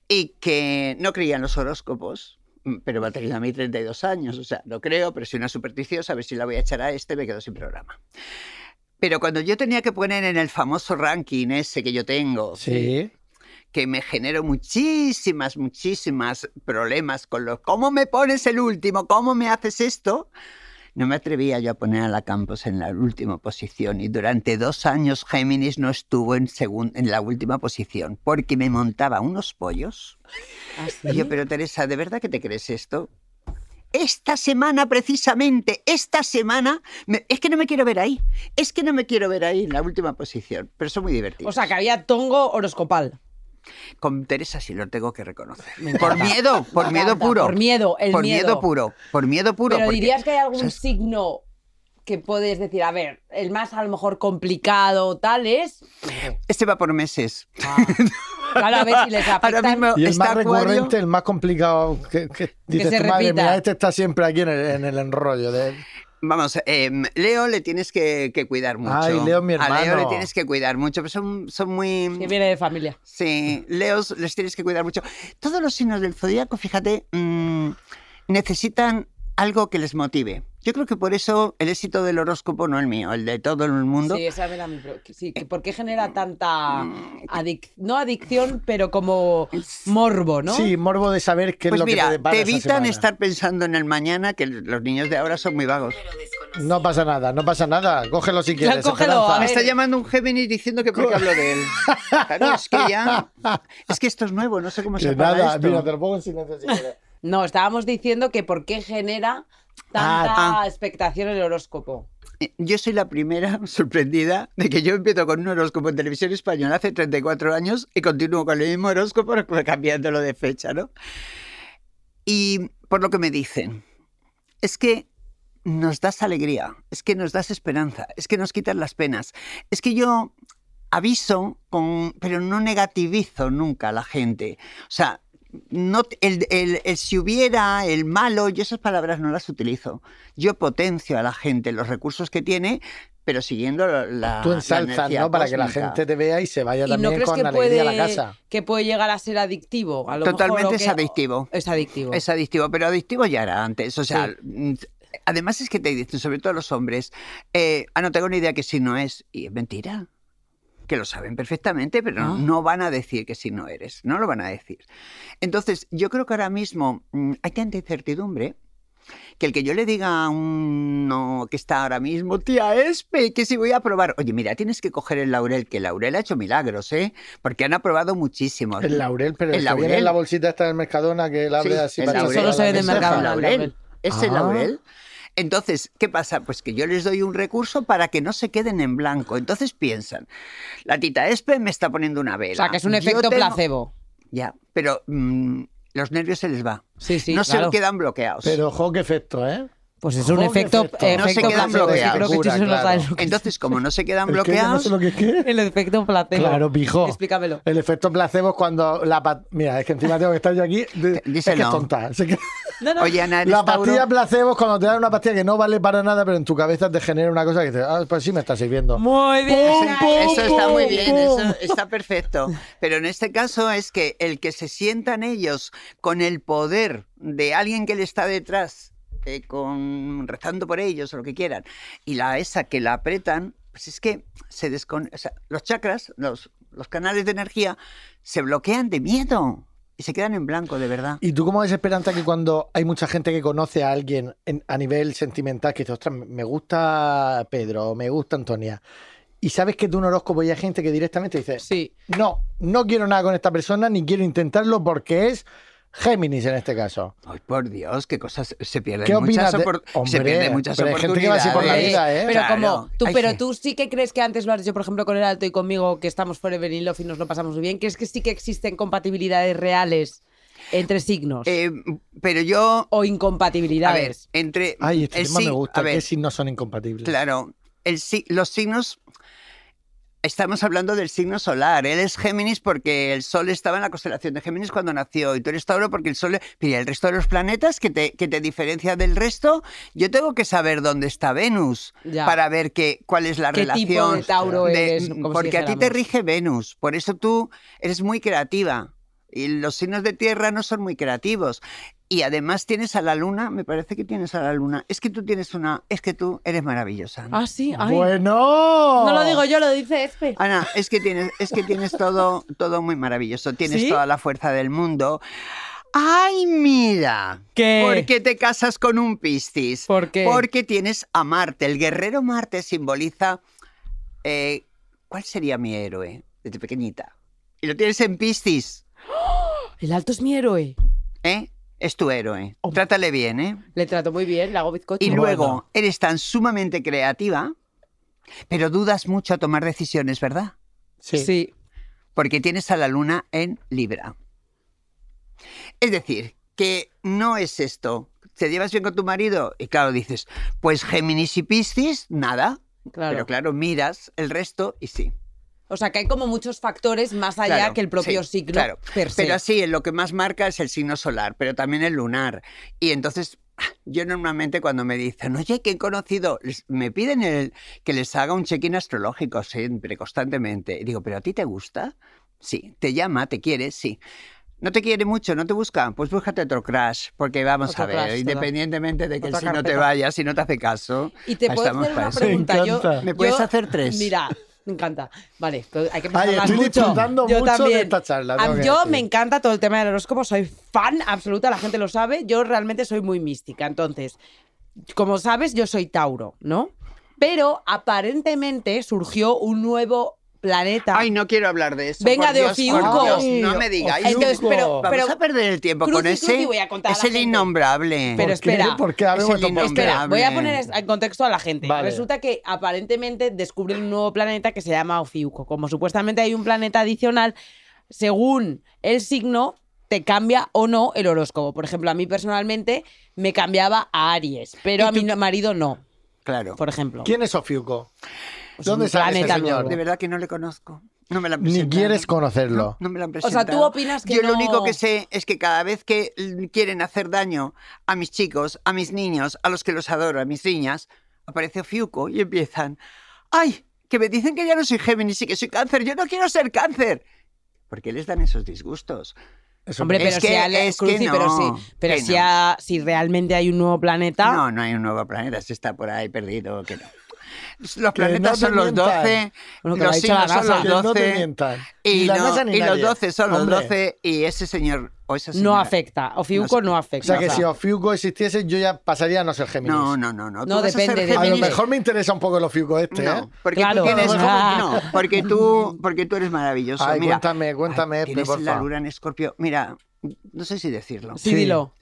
E: y que no creía en los horóscopos, mm, pero va a tener a mí 32 años, o sea, no creo, pero soy una supersticiosa, a ver si la voy a echar a este, me quedo sin programa. Pero cuando yo tenía que poner en el famoso ranking ese que yo tengo,
C: Sí.
E: que me generó muchísimas, muchísimas problemas con los, ¿cómo me pones el último? ¿Cómo me haces esto? No me atrevía yo a poner a la Campos en la última posición y durante dos años Géminis no estuvo en, segun- en la última posición porque me montaba unos pollos. Y yo, pero Teresa, ¿de verdad que te crees esto? Esta semana, precisamente, esta semana, me- es que no me quiero ver ahí. Es que no me quiero ver ahí en la última posición. Pero son muy divertidos.
D: O sea, que había tongo horoscopal.
E: con Teresa sí lo tengo que reconocer. Por miedo, por miedo
D: encanta,
E: puro.
D: por miedo, el
E: Por
D: miedo.
E: puro, por miedo puro.
D: Pero
E: porque-
D: dirías que hay
E: o
D: algún
E: sea, es-
D: signo que puedes decir, a ver, el más a lo mejor complicado tal es.
E: Este va por meses.
D: Claro, a ver si les
E: <laughs> Ahora
D: afecta.
E: mismo
C: Y el
E: está
C: más
E: Acuario.
C: recurrente, el más complicado que, que dices,
D: se
C: "Tu madre
D: repita".
C: mía, este está siempre aquí en el, en el enrollo. De...
E: Vamos, em, Leo le tienes que, que cuidar mucho.
C: Ay, Leo, mi
E: A Leo le
C: hermano.
E: tienes que cuidar mucho, pero son, son muy...
D: Que viene de familia.
E: Sí, Leos les tienes que cuidar mucho. Todos los signos del zodíaco, fíjate, mm, necesitan algo que les motive. Yo creo que por eso el éxito del horóscopo, no el mío, el de todo el mundo,
D: Sí, esa era mi pro- Sí, que ¿por qué genera tanta
E: Mm,
D: adic- no adicción, pero como morbo, ¿no?
C: Sí, morbo de saber qué
E: pues
C: es lo que
E: mira,
C: te
E: te,
C: depara esa
E: evitan
C: semana.
E: estar pensando en el mañana, que los niños de ahora son muy vagos.
C: No pasa nada, no pasa nada. Cógelo si quieres.
D: cógelo,
C: Esperanza.
D: a
E: Me
D: ver.
E: está llamando un Géminis diciendo que por qué hablo de él. Claro, es que ya... <laughs> Es que esto es nuevo, no sé cómo se
C: Que
E: apaga
C: nada,
E: esto.
C: mira, te lo pongo en silencio si quieres.
D: No, estábamos diciendo que por qué genera tanta
E: Ah,
D: expectación el horóscopo.
E: Eh, Yo soy la primera <laughs> sorprendida de que yo empiezo con un horóscopo en televisión española hace 34 años y continúo con el mismo horóscopo pero cambiándolo de fecha, ¿no? Y por lo que me dicen, es que nos das alegría, es que nos das esperanza, es que nos quitas las penas. Es que yo aviso, con, pero no negativizo nunca a la gente. O sea, no, t- el, el- el si hubiera, el malo, yo esas palabras no las utilizo. Yo potencio a la gente los recursos que tiene, pero siguiendo la- Ah, la.
C: Tú
E: la
C: ensalzas,
E: energía
C: ¿no? Para que la
E: cósmica.
C: gente te vea y se vaya
D: ¿Y no
C: también
D: crees
C: con
D: que
C: alegría
D: puede,
C: a la casa.
D: que puede llegar a ser adictivo? A lo
E: Totalmente
D: mejor, o
E: es
D: que-
E: adictivo.
D: Es adictivo.
E: Es adictivo, pero adictivo ya era antes. O sea, mm, además es que te dicen, sobre todo los hombres, eh, ah, no tengo ni idea que si no es. Y es mentira. Que lo saben perfectamente, pero
D: Ah.
E: no van a decir que si no eres. No lo van a decir. Entonces, yo creo que ahora mismo mm, hay tanta incertidumbre que el que yo le diga a uno que está ahora mismo, tía Espe, que si voy a probar. Oye, mira, tienes que coger el laurel, que el laurel ha hecho milagros, ¿eh? Porque han aprobado muchísimos.
C: El laurel, pero el,
E: El
C: que viene
E: laurel.
C: en la bolsita está en el Mercadona que la abre
E: Sí,
C: así
E: el
C: para
E: laurel.
C: que
D: Solo se ve de
C: la mesa.
D: mercado, el
E: Es el laurel.
D: laurel.
E: Es el
C: Ah.
E: laurel. Entonces, ¿qué pasa? Pues que yo les doy un recurso para que no se queden en blanco. Entonces piensan, la tita Espe me está poniendo una vela.
D: o sea, que es un
E: Ah, Yo
D: efecto
E: tengo-
D: placebo.
E: Ya, pero mm, los nervios se les va.
D: Sí, sí,
E: no
D: claro.
E: se quedan bloqueados.
C: Pero ojo, qué efecto, ¿eh?
D: Pues es un
C: Joder,
D: efecto,
C: efecto.
D: efecto
E: No se quedan
D: placebo, sí,
E: bloqueados.
D: Creo que tú
C: Cura,
D: eso no
C: claro.
D: sabes lo que es.
E: Entonces, como no se quedan
C: El que yo no
E: bloqueados,
C: sé lo que es que es.
E: <laughs>
D: El efecto placebo.
C: Claro, pijo.
D: Explícamelo.
C: El efecto placebo es cuando la pat- Mira, es que encima tengo que estar yo aquí. de- Es que
E: díselo.
C: es tonta. Es que-
D: No, no.
E: oye, Ana, eres
C: La
E: Tauro.
C: pastilla placebo es cuando te dan una pastilla que no vale para nada, pero en tu cabeza te genera una cosa que te. Ah, pues sí me está sirviendo.
D: Muy bien.
C: ¡Pum,
D: Ana.
C: pum!
E: Eso está muy bien,
C: ¡Pum!
E: eso está perfecto. Pero en este caso es que el que se sientan ellos con el poder de alguien que le está detrás, eh, con rezando por ellos o lo que quieran, y la esa que la apretan, pues es que se descon... o sea, los chakras, los, los canales de energía, se bloquean de miedo y se quedan en blanco, de verdad.
C: ¿Y tú cómo ves, Esperanza, que cuando hay mucha gente que conoce a alguien en- a nivel sentimental que dice, ostras, me gusta Pedro o me gusta Antonia? Y sabes que tú un horóscopo y hay gente que directamente dice,
D: Sí.
C: no, no quiero nada con esta persona ni quiero intentarlo porque es Géminis en este caso.
E: Ay, por Dios, qué cosas se pierden.
C: ¿Qué opinas
E: muchas
C: de-
E: opor- se
C: Hombre,
E: pierden muchas
C: pero hay gente que va
E: oportunidades.
C: así por la
D: Eh,
C: vida, ¿eh?
D: Pero
E: Claro.
D: como tú,
E: Ay,
D: pero
E: sí.
D: tú sí que crees que antes lo has dicho, por ejemplo, con el alto y conmigo, que estamos forever in love y nos lo pasamos muy bien. ¿Crees que sí que existen compatibilidades reales entre signos
E: Eh, pero yo
D: o
E: A ver,
D: incompatibilidades?
E: entre.
C: Ay, este
E: el
C: tema me
E: sig-
C: gusta,
E: Eh, a ver,
C: que si no son incompatibles.
E: claro. el si- los signos... Estamos hablando del signo solar. Él es Géminis porque el Sol estaba en la constelación de Géminis cuando nació y tú eres Tauro porque el Sol... Pero ¿y el resto de los planetas que te, que te diferencia del resto, yo tengo que saber dónde está Venus
D: Ya.
E: para ver que, cuál es la
D: ¿Qué
E: relación.
D: tipo de Tauro eres? Como si
E: Porque a ti te
D: dijéramos.
E: rige Venus, por eso tú eres muy creativa y los signos de tierra no son muy creativos. Y además tienes a la luna, me parece que tienes a la luna. Es que tú tienes una, es que tú eres maravillosa.
D: Ah, sí. Ay.
C: Bueno.
D: No lo digo yo, lo dice Espe.
E: Ana, es que tienes, es que tienes todo, todo muy maravilloso. Tienes
D: ¿Sí?
E: toda la fuerza del mundo. Ay, mira.
D: ¿Qué?
E: ¿Por qué te casas con un Piscis?
D: ¿Por qué?
E: Porque tienes a Marte. El guerrero Marte simboliza. eh, ¿Cuál sería mi héroe desde pequeñita? Y lo tienes en Piscis,
D: El alto es mi héroe.
E: ¿eh? Es tu héroe.
D: Oh.
E: Trátale bien, ¿eh?
D: Le trato muy bien, le hago bizcocho.
E: Y luego, eres tan sumamente creativa, pero dudas mucho a tomar decisiones, ¿verdad?
C: Sí.
D: Sí.
E: porque tienes a la luna en Libra. Es decir, que no es esto. ¿Te llevas bien con tu marido? Y claro, dices, pues Géminis y Piscis, nada.
D: Claro.
E: Pero claro, miras el resto y sí.
D: O sea, que hay como muchos factores más allá
E: Claro,
D: que el propio
E: sí,
D: signo
E: claro.
D: per se.
E: Pero así, en lo que más marca es el signo solar, pero también el lunar. Y entonces, ah, yo normalmente cuando me dicen, oye, que he conocido, Les- me piden el, que les haga un check-in astrológico siempre, constantemente. Y digo, ¿pero a ti te gusta? Sí. ¿Te llama? ¿Te quiere? Sí. ¿No te quiere mucho? ¿No te busca? Pues búscate otro crash, porque vamos
D: Otro
E: a ver,
D: crush, total.
E: independientemente de que el
D: Otra
E: signo te
D: carpeta.
E: vaya, si no te hace caso.
D: Y te
E: ahí
D: puedo
E: estamos
D: hacer
E: para
D: una
E: eso.
D: pregunta.
C: Me
D: Yo,
C: encanta.
E: ¿Me puedes
D: yo-
E: hacer tres?
D: Mira, me encanta. Vale, pero hay que
C: Ay,
D: pensarlas
C: estoy
D: mucho.
C: disfrutando
D: yo
C: mucho de
D: también.
C: esta charla,
D: A-
C: tengo que
D: yo
C: decir.
D: me encanta todo el tema del horóscopo, soy fan absoluta, la gente lo sabe. Yo realmente soy muy mística. Entonces, como sabes, yo soy Tauro, ¿no? Pero aparentemente surgió un nuevo planeta.
E: Ay, no quiero hablar de eso.
D: Venga,
E: por
D: de
E: Dios, por
D: Ofiuco.
E: Dios, no me digáis.
C: Ofiuco.
D: Entonces, pero-
E: Vamos a perder el tiempo
D: Cruci,
E: con ese.
D: cruci voy a contar a
E: es
D: la
E: el
D: gente.
E: innombrable.
D: Pero
C: ¿Por qué?
D: espera.
C: ¿Por qué habemos
E: Es el
C: otro
E: innombrable.
C: podcast?
D: Espera, voy a poner
E: Hablen.
D: en contexto a la gente.
C: Vale.
D: Resulta que aparentemente descubren un nuevo planeta que se llama Ofiuco. Como supuestamente hay un planeta adicional, según el signo, te cambia o no el horóscopo. Por ejemplo, a mí personalmente me cambiaba a Aries, pero a mi marido no,
E: Claro.
D: por ejemplo.
C: ¿Quién es Ofiuco?
D: Pues
C: ¿Dónde
D: un
C: sale este
D: planeta
C: señor?
D: nuevo.
E: De verdad que no le conozco. No me la han
C: Ni
E: presentado.
C: quieres conocerlo.
E: No, no me la han
D: sea, ¿tú
E: presentado.
D: opinas que
E: Yo
D: no?
E: lo único que sé es que cada vez que l- quieren hacer daño a mis chicos, a mis niños, a los que los adoro, a mis niñas, aparece Ofiuco y empiezan. ¡Ay! Que me dicen que ya no soy Géminis y que soy cáncer. Yo no quiero ser cáncer. ¿Por qué les dan esos disgustos?
C: Eso-
D: Hombre, pero
E: Es que-
D: si a la-
E: es que
D: Cruci, pero
E: no,
D: sí, pero
E: que
D: si,
E: no.
D: a- si realmente hay un nuevo planeta,
E: No, no hay un nuevo planeta, se está por ahí perdido, que no. Los
C: Que no
E: planetas
C: te
E: son los
C: mientan.
E: 12,
D: Bueno, que lo ha
E: los
D: dicho la
E: signos son
D: NASA.
E: los
C: que no te
E: 12,
C: mientan.
E: y,
C: Ni la
E: no-
C: NASA ni
E: y los
C: nadie.
E: 12 son
C: Hombre,
E: los 12, y ese señor o esa
D: no
E: señora-
D: afecta. Ofiuco no,
E: No
C: O
D: afecta.
C: sea, que si Ofiuco existiese, yo ya pasaría a no ser Géminis.
E: No, no, no, no. tú
D: No,
E: vas a ser
D: depende,
C: A lo
E: Géminis.
D: depende.
C: mejor me interesa un poco el Ofiuco este, ¿eh?
E: No, porque
D: Claro.
E: tú tienes-
D: Ah.
E: no, porque tú, porque tú eres maravilloso.
C: Ay,
E: mira.
C: cuéntame, cuéntame, este, Pepe,
E: Ay, Tienes
C: por
E: la
C: favor.
E: luna en Escorpio. Mira, no sé si decirlo.
D: Sí,
C: Sí.
D: dilo.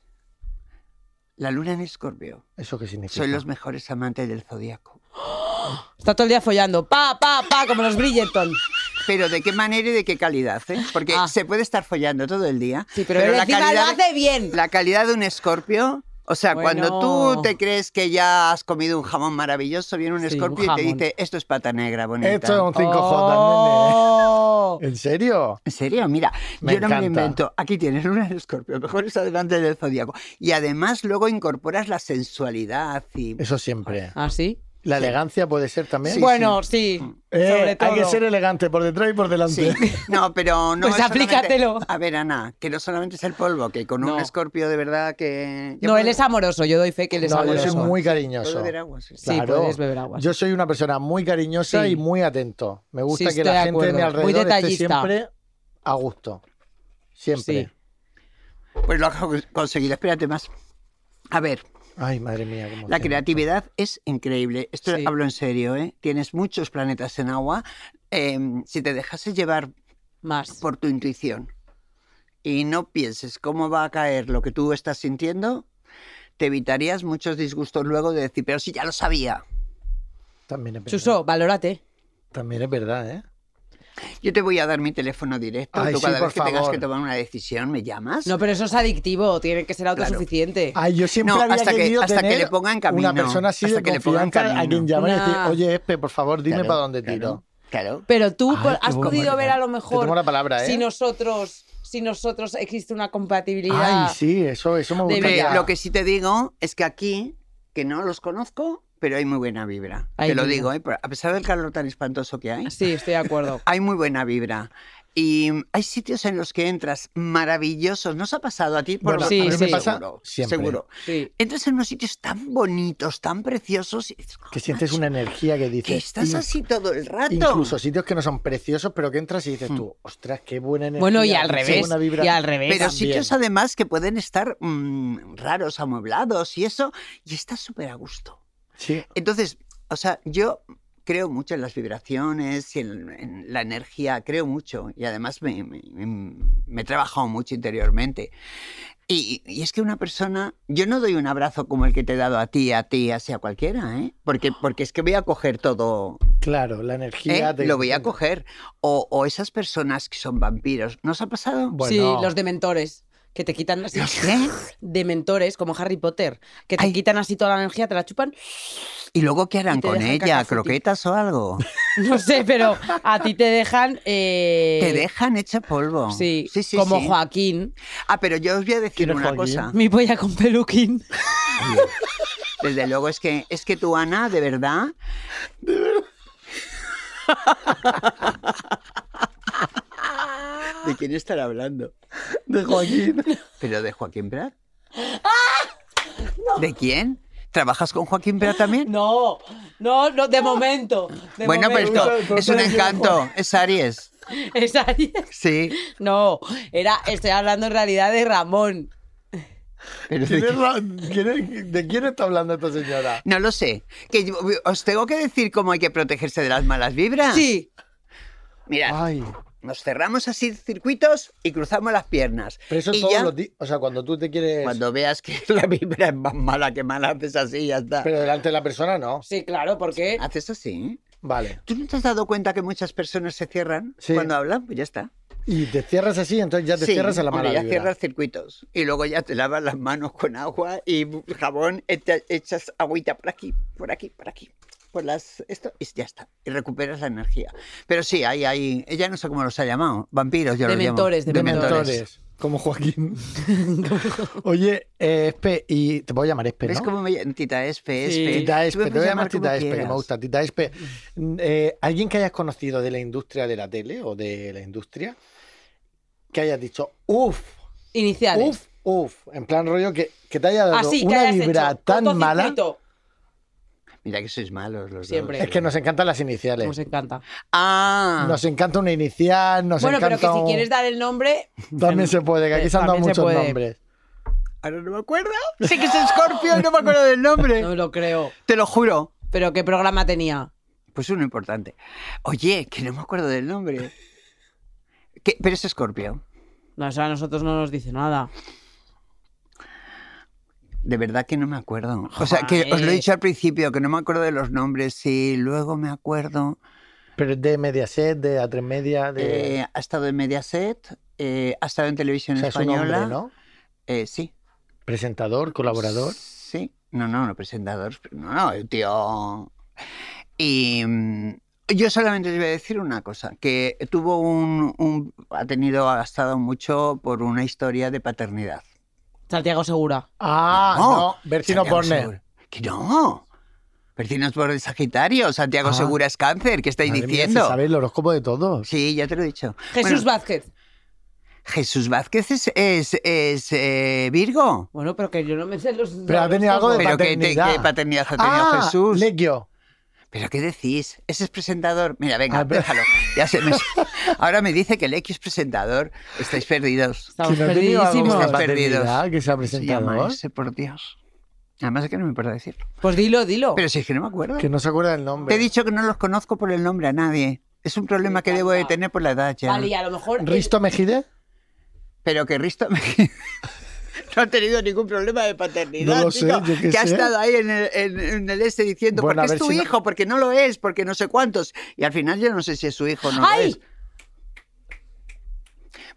E: La luna en Escorpio.
C: ¿Eso qué significa?
E: Soy los mejores amantes del zodiaco.
D: Está todo el día follando. Pa, pa, pa, como los Bridgerton.
E: Pero de qué manera y de qué calidad, ¿eh? Porque
D: Ah.
E: se puede estar follando todo el día.
D: Sí, pero, encima lo hace bien.
E: La calidad de un escorpio. O sea,
D: Bueno.
E: cuando tú te crees que ya has comido un jamón maravilloso, viene un
D: Sí, un
E: escorpio y te
D: jamón.
E: dice, esto es pata negra, bonita.
C: Esto es un 5J,
D: Oh.
C: nene. ¿En serio?
E: En serio, mira,
C: Me
E: yo no me lo
C: encanta.
E: invento. Aquí tienes luna en escorpio, mejor es adelante del zodiaco. Y además luego incorporas la sensualidad y...
C: Eso siempre.
D: ¿Ah, sí?
C: ¿La elegancia puede ser también?
D: bueno, sí.
C: Eh,
D: sobre todo.
C: Hay que ser elegante por detrás y por <laughs>
E: Sí,
C: delante.
E: no, pero
D: <laughs>
E: no
D: Pues
E: es solamente-
D: aplícatelo.
E: A ver, Ana, que no solamente es el polvo, que con
D: No.
E: un escorpio de verdad que...
D: No, él es amoroso. Yo doy fe que él es
C: No, yo
D: amoroso.
C: soy muy
E: Puedo
C: cariñoso.
E: beber agua, sí.
D: Sí, puedes beber agua.
C: Yo soy una persona muy cariñosa
D: Sí.
C: y muy atento. Me gusta
D: Sí,
C: que
D: estoy de
C: la gente de mi
D: acuerdo. Muy
C: alrededor esté
D: detallista.
C: siempre a gusto. Siempre.
D: Sí.
E: Pues lo has conseguido, espérate más. A ver,
C: Ay, madre mía, cómo
E: La
C: se-
E: creatividad es increíble. Esto
D: Sí.
E: hablo en serio, ¿eh? Tienes muchos planetas en agua. Eh, si te dejases llevar
D: Más.
E: por tu intuición y no pienses cómo va a caer lo que tú estás sintiendo, te evitarías muchos disgustos luego de decir, pero si ya lo sabía.
C: También es verdad.
D: Chuso, valórate.
C: También es verdad, ¿eh?
E: Yo Yo te voy a dar mi teléfono directo.
C: Ay,
E: Tú
C: sí,
E: cada
C: por
E: vez que tengas
C: favor.
E: que tomar una decisión, me llamas.
D: No, pero eso es adictivo, tiene que ser autosuficiente.
C: Ay, yo siempre
E: No,
C: había
E: hasta que-
C: querido
E: hasta que
C: tener
E: le ponga en camino,
C: una persona así
E: hasta
C: de
E: que le ponga en
C: confianza a
E: camino.
C: quien llamar y decir,
D: Nah.
C: oye, Espe, por favor, dime
E: Claro,
C: para dónde tiro.
E: claro, Claro.
D: Pero tú
C: Ay,
D: por-
C: qué
D: has
C: barbaridad.
D: podido ver a lo
C: Te
D: mejor
C: tomo la palabra, ¿eh?
D: si nosotros si nosotros existe una compatibilidad.
C: Ay, sí, eso, eso me
D: De
E: Hombre,
C: gustaría.
D: verdad.
E: lo que sí te digo es que aquí, que no los conozco, pero hay muy buena vibra.
D: Ay,
E: te lo
D: mira.
E: digo, ¿eh? Pero a pesar del calor tan espantoso que hay,
D: Sí, estoy de acuerdo.
E: hay muy buena vibra. Y hay sitios en los que entras maravillosos. ¿Nos ha pasado a ti? Por
C: Bueno,
E: lo
D: Sí,
E: menos,
D: a mí me
C: pasa
E: seguro,
C: siempre.
E: seguro.
C: <laughs>
D: Sí.
E: Entras en unos sitios tan bonitos, tan preciosos. y dices,
C: Que sientes
E: "Macho,
C: una energía que dices.
E: que estás
C: "Inc-
E: así todo el rato.
C: Incluso sitios que no son preciosos, pero que entras y dices
E: Hmm.
C: tú, ostras, qué buena energía.
D: Bueno, y al
C: qué
D: revés.
C: buena vibra".
D: Y al revés.
E: Pero
C: también.
E: sitios además que pueden estar mm, raros, amueblados y eso, y estás súper a gusto.
C: Sí.
E: Entonces, o sea, yo creo mucho en las vibraciones y en, en la energía, creo mucho. Y además me, me- me- me he trabajado mucho interiormente. Y, y es que una persona, yo no doy un abrazo como el que te he dado a ti, a ti, así a cualquiera, ¿eh? Porque,
D: Ah.
E: porque es que voy a coger todo,
C: Claro, la energía.
E: ¿eh?
C: de-
E: lo voy a coger. O, o esas personas que son vampiros, ¿nos ha pasado?
C: Bueno.
D: Sí, los dementores. Que te quitan así.
E: ¿Eh?
D: Dementores, como Harry Potter. Que te
E: Ay.
D: quitan así toda la energía, te la chupan. <laughs>
E: ¿Y luego qué
D: Y
E: harán
D: te
E: con
D: dejan
E: ella?
D: cacafútica.
E: ¿Croquetas o algo?
D: No sé, pero a ti te dejan. eh,
E: Te dejan hecha polvo.
D: Sí, como
E: sí.
D: Joaquín.
E: Ah, pero yo os voy a decir
C: ¿Quién es
E: una
C: Joaquín?
E: cosa.
D: Mi polla con peluquín. <laughs>
E: Desde luego es que es que tú Ana, de verdad, de verdad. ¿De quién estará hablando?
C: De Joaquín.
E: ¿Pero de Joaquín Prat? ¿De quién? ¿Trabajas con Joaquín Prat también?
D: No, no, no, de momento. de
E: bueno, pero
D: momento.
E: esto es
C: <laughs>
E: un encanto, es Aries.
D: Es <laughs> ahí.
E: Sí,
D: No, era, estoy hablando en realidad de Ramón.
E: pero
C: ¿Quién
E: de
C: es Ra- quién es- <laughs> ¿De quién está hablando esta señora?
E: No lo sé. Que yo- os tengo que decir cómo hay que protegerse de las malas vibras.
D: Sí,
E: Mirad,
C: Ay,
E: nos cerramos así circuitos y cruzamos las piernas.
C: pero eso
E: y
C: todos
E: ya,
C: los días. O sea, cuando tú te quieres.
E: cuando veas que <laughs> la vibra es más mala que mala, haces así y ya está.
C: Pero delante de la persona no.
D: sí, claro, porque
E: Haces así.
C: Vale.
E: ¿Tú no te has dado cuenta que muchas personas se cierran
C: Sí.
E: cuando hablan? Pues ya está.
C: Y te cierras así, entonces ya te
E: Sí,
C: cierras a la mala
E: hombre, ya
C: vibra.
E: cierras circuitos. Y luego ya te lavas las manos con agua y jabón, e- te echas agüita por aquí, por aquí, por aquí. Por las, esto, y ya está. Y recuperas la energía. Pero sí, hay, hay, ella no sé cómo los ha llamado. Vampiros, yo los llamo.
D: Dementores, dementores.
C: Mentores, Como
E: <laughs>
C: Joaquín. Oye, eh, Espe, y te puedo llamar Espe,
E: ¿Ves
C: ¿no?
E: cómo me llaman? Tita Espe, Espe.
C: Tita
E: Tú
C: Espe,
E: me
C: te voy
E: puedes
C: a llamar
E: como
C: Tita Espe, que me
E: quieras.
C: gusta. Tita Espe, mm, eh, ¿alguien que hayas conocido de la industria de la tele o de la industria que hayas dicho, uff,
D: iniciales.
C: uff, uff, en plan rollo que, que te haya dado
D: Así Ah, que
C: una
D: hayas
C: vibra
D: hecho
C: tan mala?
D: cortocircuito.
E: Mira que sois malos los
D: Siempre.
E: dos.
C: Es que nos encantan las iniciales.
D: Nos encanta.
E: Ah,
C: Nos encanta una inicial, nos
D: bueno, pero
C: encanta
D: que si
C: un-
D: quieres dar el nombre, <laughs>
C: También se puede, que aquí se han dado
D: También se
C: muchos
D: puede.
C: nombres.
E: ahora no me acuerdo. Sé que es Scorpio y no me acuerdo del nombre.
D: no lo creo.
E: Te lo juro.
D: Pero ¿qué programa tenía?
E: Pues uno importante. Oye, que no me acuerdo del nombre. Que- Pero es Scorpio.
D: No, eso a nosotros no nos dice nada.
E: De verdad que no me acuerdo. O sea, que os lo he
D: Joder.
E: dicho al principio, que no me acuerdo de los nombres. Y luego me acuerdo.
C: Pero de Mediaset, de A3 Media, de...
E: Eh, ha estado en Mediaset, eh, ha estado en televisión
C: o sea, es un
E: española.
C: hombre, ¿no?
E: Eh, sí.
C: Presentador, colaborador.
E: Sí. No, no, no, presentador. No, no, el tío. Y mm, yo solamente les voy a decir una cosa, que tuvo un, un- ha tenido, ha estado mucho por una historia de paternidad.
D: Santiago Segura.
C: Ah, no,
E: No,
C: Bertino
E: Santiago
C: Borne.
E: Segura. Que no. Bertino Borne es Sagitario, Santiago
C: Ah.
E: Segura es cáncer, ¿qué estáis
C: Madre mía,
E: diciendo?
C: se sabe el horóscopo de todos.
E: Sí, ya te lo he dicho.
D: Jesús
E: Bueno,
D: Vázquez.
E: Jesús Vázquez es, es- es, eh, Virgo.
D: Bueno, pero que yo no me sé los.
C: Pero ha tenido algo de
E: Pero ¿qué, te-
C: paternidad.
E: qué paternidad ha tenido
C: ah,
E: Jesús?
C: Legio.
E: ¿Pero qué decís? Ese es presentador. Mira, venga,
C: A ver.
E: déjalo. Ya se me... <laughs> Ahora me dice que el X es presentador. Estáis perdidos.
D: Estamos
C: Que no ha tenido algo de
D: perdidísimos.
E: Están
C: paternidad,
E: perdidos.
C: que se ha
E: Se
C: presentado.
E: llama
C: ¿eh?
E: ese, por Dios. Además es que no me importa decirlo.
D: Pues dilo, dilo.
E: Pero si es que no me acuerdo.
C: Que no se acuerda del
E: Te
C: nombre.
E: he dicho que no los conozco por el nombre a nadie. Es un problema que debo de tener por la edad ya.
D: Vale, y a lo mejor. eh, el-
C: ¿Risto Mejide?
E: Pero que Risto me... <laughs> no ha tenido ningún problema de paternidad.
C: No lo sé,
E: chico,
C: yo qué
E: que ha
C: sé.
E: estado ahí en el, en- en el este diciendo,
C: Bueno, a
E: porque
C: ver
E: es tu
C: si no-
E: hijo, porque no lo es, porque no sé cuántos. Y al final yo no sé si es su hijo o no lo
D: ¡Ay!
E: es.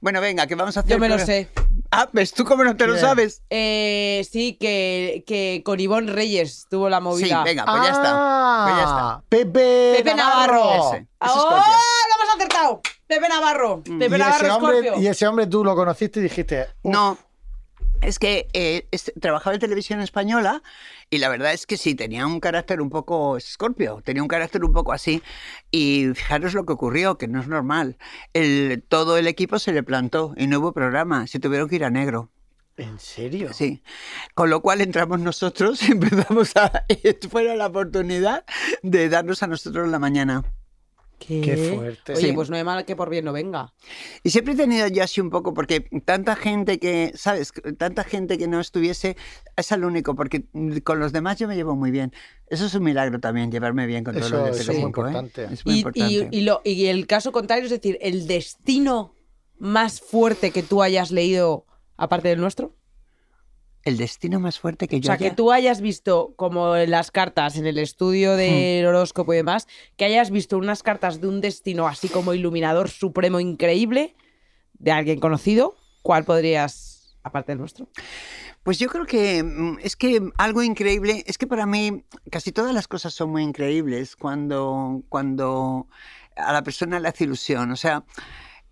E: Bueno, venga, que vamos a hacer?
D: Yo me lo
E: Pero-
D: sé.
E: Ah, ¿ves tú cómo no te lo
C: Bien.
E: sabes?
D: Eh, sí, que, que con Ivonne Reyes tuvo la
E: Sí,
D: movida.
E: venga, pues ya está. Pues ya está.
C: Ah, Pepe,
D: Pepe Navarro.
E: Ese, ese
D: ¡Ah,
E: es
D: ¡Oh!
E: Scorpio.
D: ¡Lo hemos acertado! Pepe Navarro. Pepe
C: Mm. Y ese,
D: Navarro,
C: hombre,
D: Scorpio.
C: y ese hombre tú lo conociste y dijiste, "Uf,
E: No. Es que eh, es- trabajaba en televisión española y la verdad es que sí, tenía un carácter un poco escorpio, tenía un carácter un poco así. Y fijaros lo que ocurrió, que no es normal. El, todo el equipo se le plantó y no hubo programa, se tuvieron que ir a negro.
C: ¿en serio?
E: Sí. Con lo cual entramos nosotros <laughs> y empezamos a... <laughs> Fuera la oportunidad de darnos a nosotros la mañana.
C: Qué fuerte.
D: Oye,
E: Sí.
D: pues no hay mal que por bien no venga.
E: Y siempre he tenido yo así un poco, porque tanta gente que, ¿sabes? Tanta gente que no estuviese, es el único, porque con los demás yo me llevo muy bien. Eso es un milagro también, llevarme bien con todos
C: Eso-
E: los de
C: eso es muy
E: Telecinco, ¿eh?
C: importante.
E: Es muy
D: Y,
E: importante.
D: y, y lo, y el caso contrario, es decir, el destino más fuerte que tú hayas leído, aparte del nuestro.
E: El destino más fuerte que
D: O
E: yo
D: sea,
E: haya-
D: que tú hayas visto, como en las cartas, en el estudio del
E: Hmm.
D: horóscopo y demás, que hayas visto unas cartas de un destino así como iluminador supremo increíble de alguien conocido, ¿cuál podrías, aparte del nuestro?
E: Pues yo creo que mm, es que algo increíble, es que para mí casi todas las cosas son muy increíbles cuando, cuando a la persona le hace ilusión. O sea,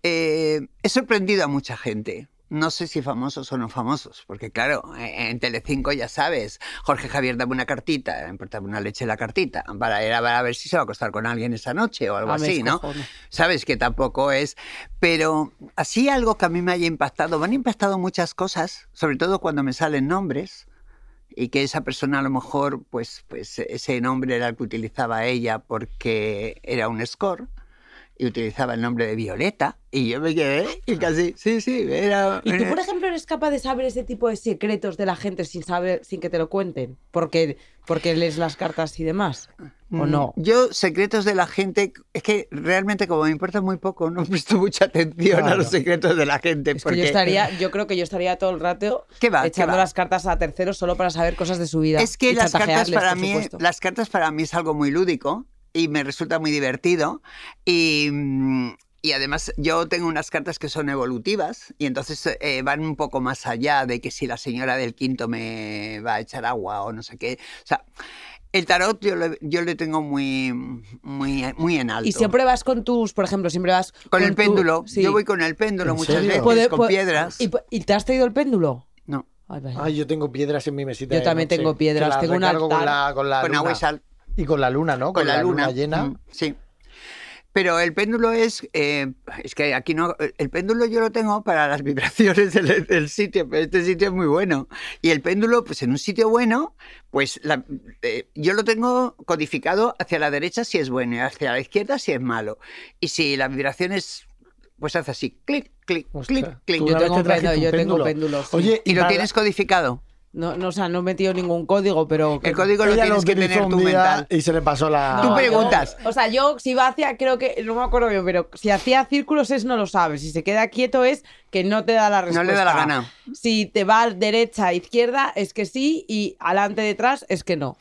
E: eh, he sorprendido a mucha gente. No sé si famosos o no famosos, porque claro, eh, en Telecinco ya sabes, Jorge Javier dame una cartita, importaba una leche la cartita, para era para ver si se va a acostar con alguien esa noche o algo
D: Ah, me
E: así, ¿no?
D: descojono.
E: Sabes que tampoco es, pero así algo que a mí me haya impactado. Me han impactado muchas cosas, sobre todo cuando me salen nombres y que esa persona a lo mejor, pues, pues ese nombre era el que utilizaba ella porque era un score y utilizaba el nombre de Violeta y yo me quedé y casi, sí, sí, era...
D: ¿Y tú, por ejemplo, eres capaz de saber ese tipo de secretos de la gente sin saber, sin que te lo cuenten? Porque, porque lees las cartas y demás. ¿O
E: Mm,
D: no?
E: Yo, secretos de la gente, es que realmente como me importa muy poco, no presto mucha atención a
C: Claro.
E: los secretos de la gente.
D: Es que
E: porque...
D: yo
E: <laughs>
D: estaría, yo creo que yo estaría todo el rato
E: ¿Qué va? ¿Qué
D: echando
E: va?
D: las cartas a terceros solo para saber cosas de su vida.
E: Es que
D: y
E: las cartas,
D: chantajearles,
E: para
D: por
E: mí,
D: supuesto.
E: las cartas para mí es algo muy lúdico y me resulta muy divertido. Y, mm, y además yo tengo unas cartas que son evolutivas y entonces eh, van un poco más allá de que si la señora del quinto me va a echar agua o no sé qué. O sea, el tarot yo le, yo le tengo muy, muy, muy en alto.
D: Y siempre vas con tus, por ejemplo, siempre vas
E: con el
D: tu-
E: péndulo.
D: sí.
E: Yo voy con el péndulo
C: ¿En
E: muchas
C: serio?
E: veces,
D: Puede-
E: con
D: puede-
E: piedras.
D: ¿Y, ¿Y te has traído el péndulo?
E: No,
D: Ay, vaya.
C: Ay, yo tengo piedras en mi mesita.
D: Yo
C: de
D: también
C: noche,
D: tengo
C: que
D: piedras,
C: las
D: tengo un
C: recargo con
D: altar.
C: la, con la
E: con
C: luna.
E: agua y sal.
C: Y con la luna, ¿no?
E: con, la, luna.
C: llena.
E: Mm, sí. Pero el péndulo es. eh, es que aquí no. El péndulo yo lo tengo para las <laughs> vibraciones del, del sitio, pero este sitio es muy bueno. Y el péndulo, pues en un sitio bueno, pues la- eh, yo lo tengo codificado hacia la derecha si es bueno y hacia la izquierda si es malo. Y si la vibración es. Pues hace así: clic, clic,
C: Ostras,
E: clic, clic.
C: tú
D: Yo
C: una vez te
D: tengo
C: trajiste un
D: péndulo, yo tengo péndulo, sí.
C: Oye,
E: Y lo
C: para-
E: tienes codificado.
D: No, no, o sea, no he metido ningún código, pero...
E: El código lo
C: ella
E: tienes que
C: utilizó
E: tener
C: un
E: tú
C: día
E: mental.
C: Y se le pasó la.
E: Tú
D: No,
E: preguntas.
D: yo- o sea, yo si va hacia, creo que, no me acuerdo bien, pero si hacía círculos es no lo sabes. Si se queda quieto es que no te da la
E: No
D: respuesta.
E: le da la gana.
D: Si te va derecha, izquierda, es que sí, y adelante, detrás, es que no.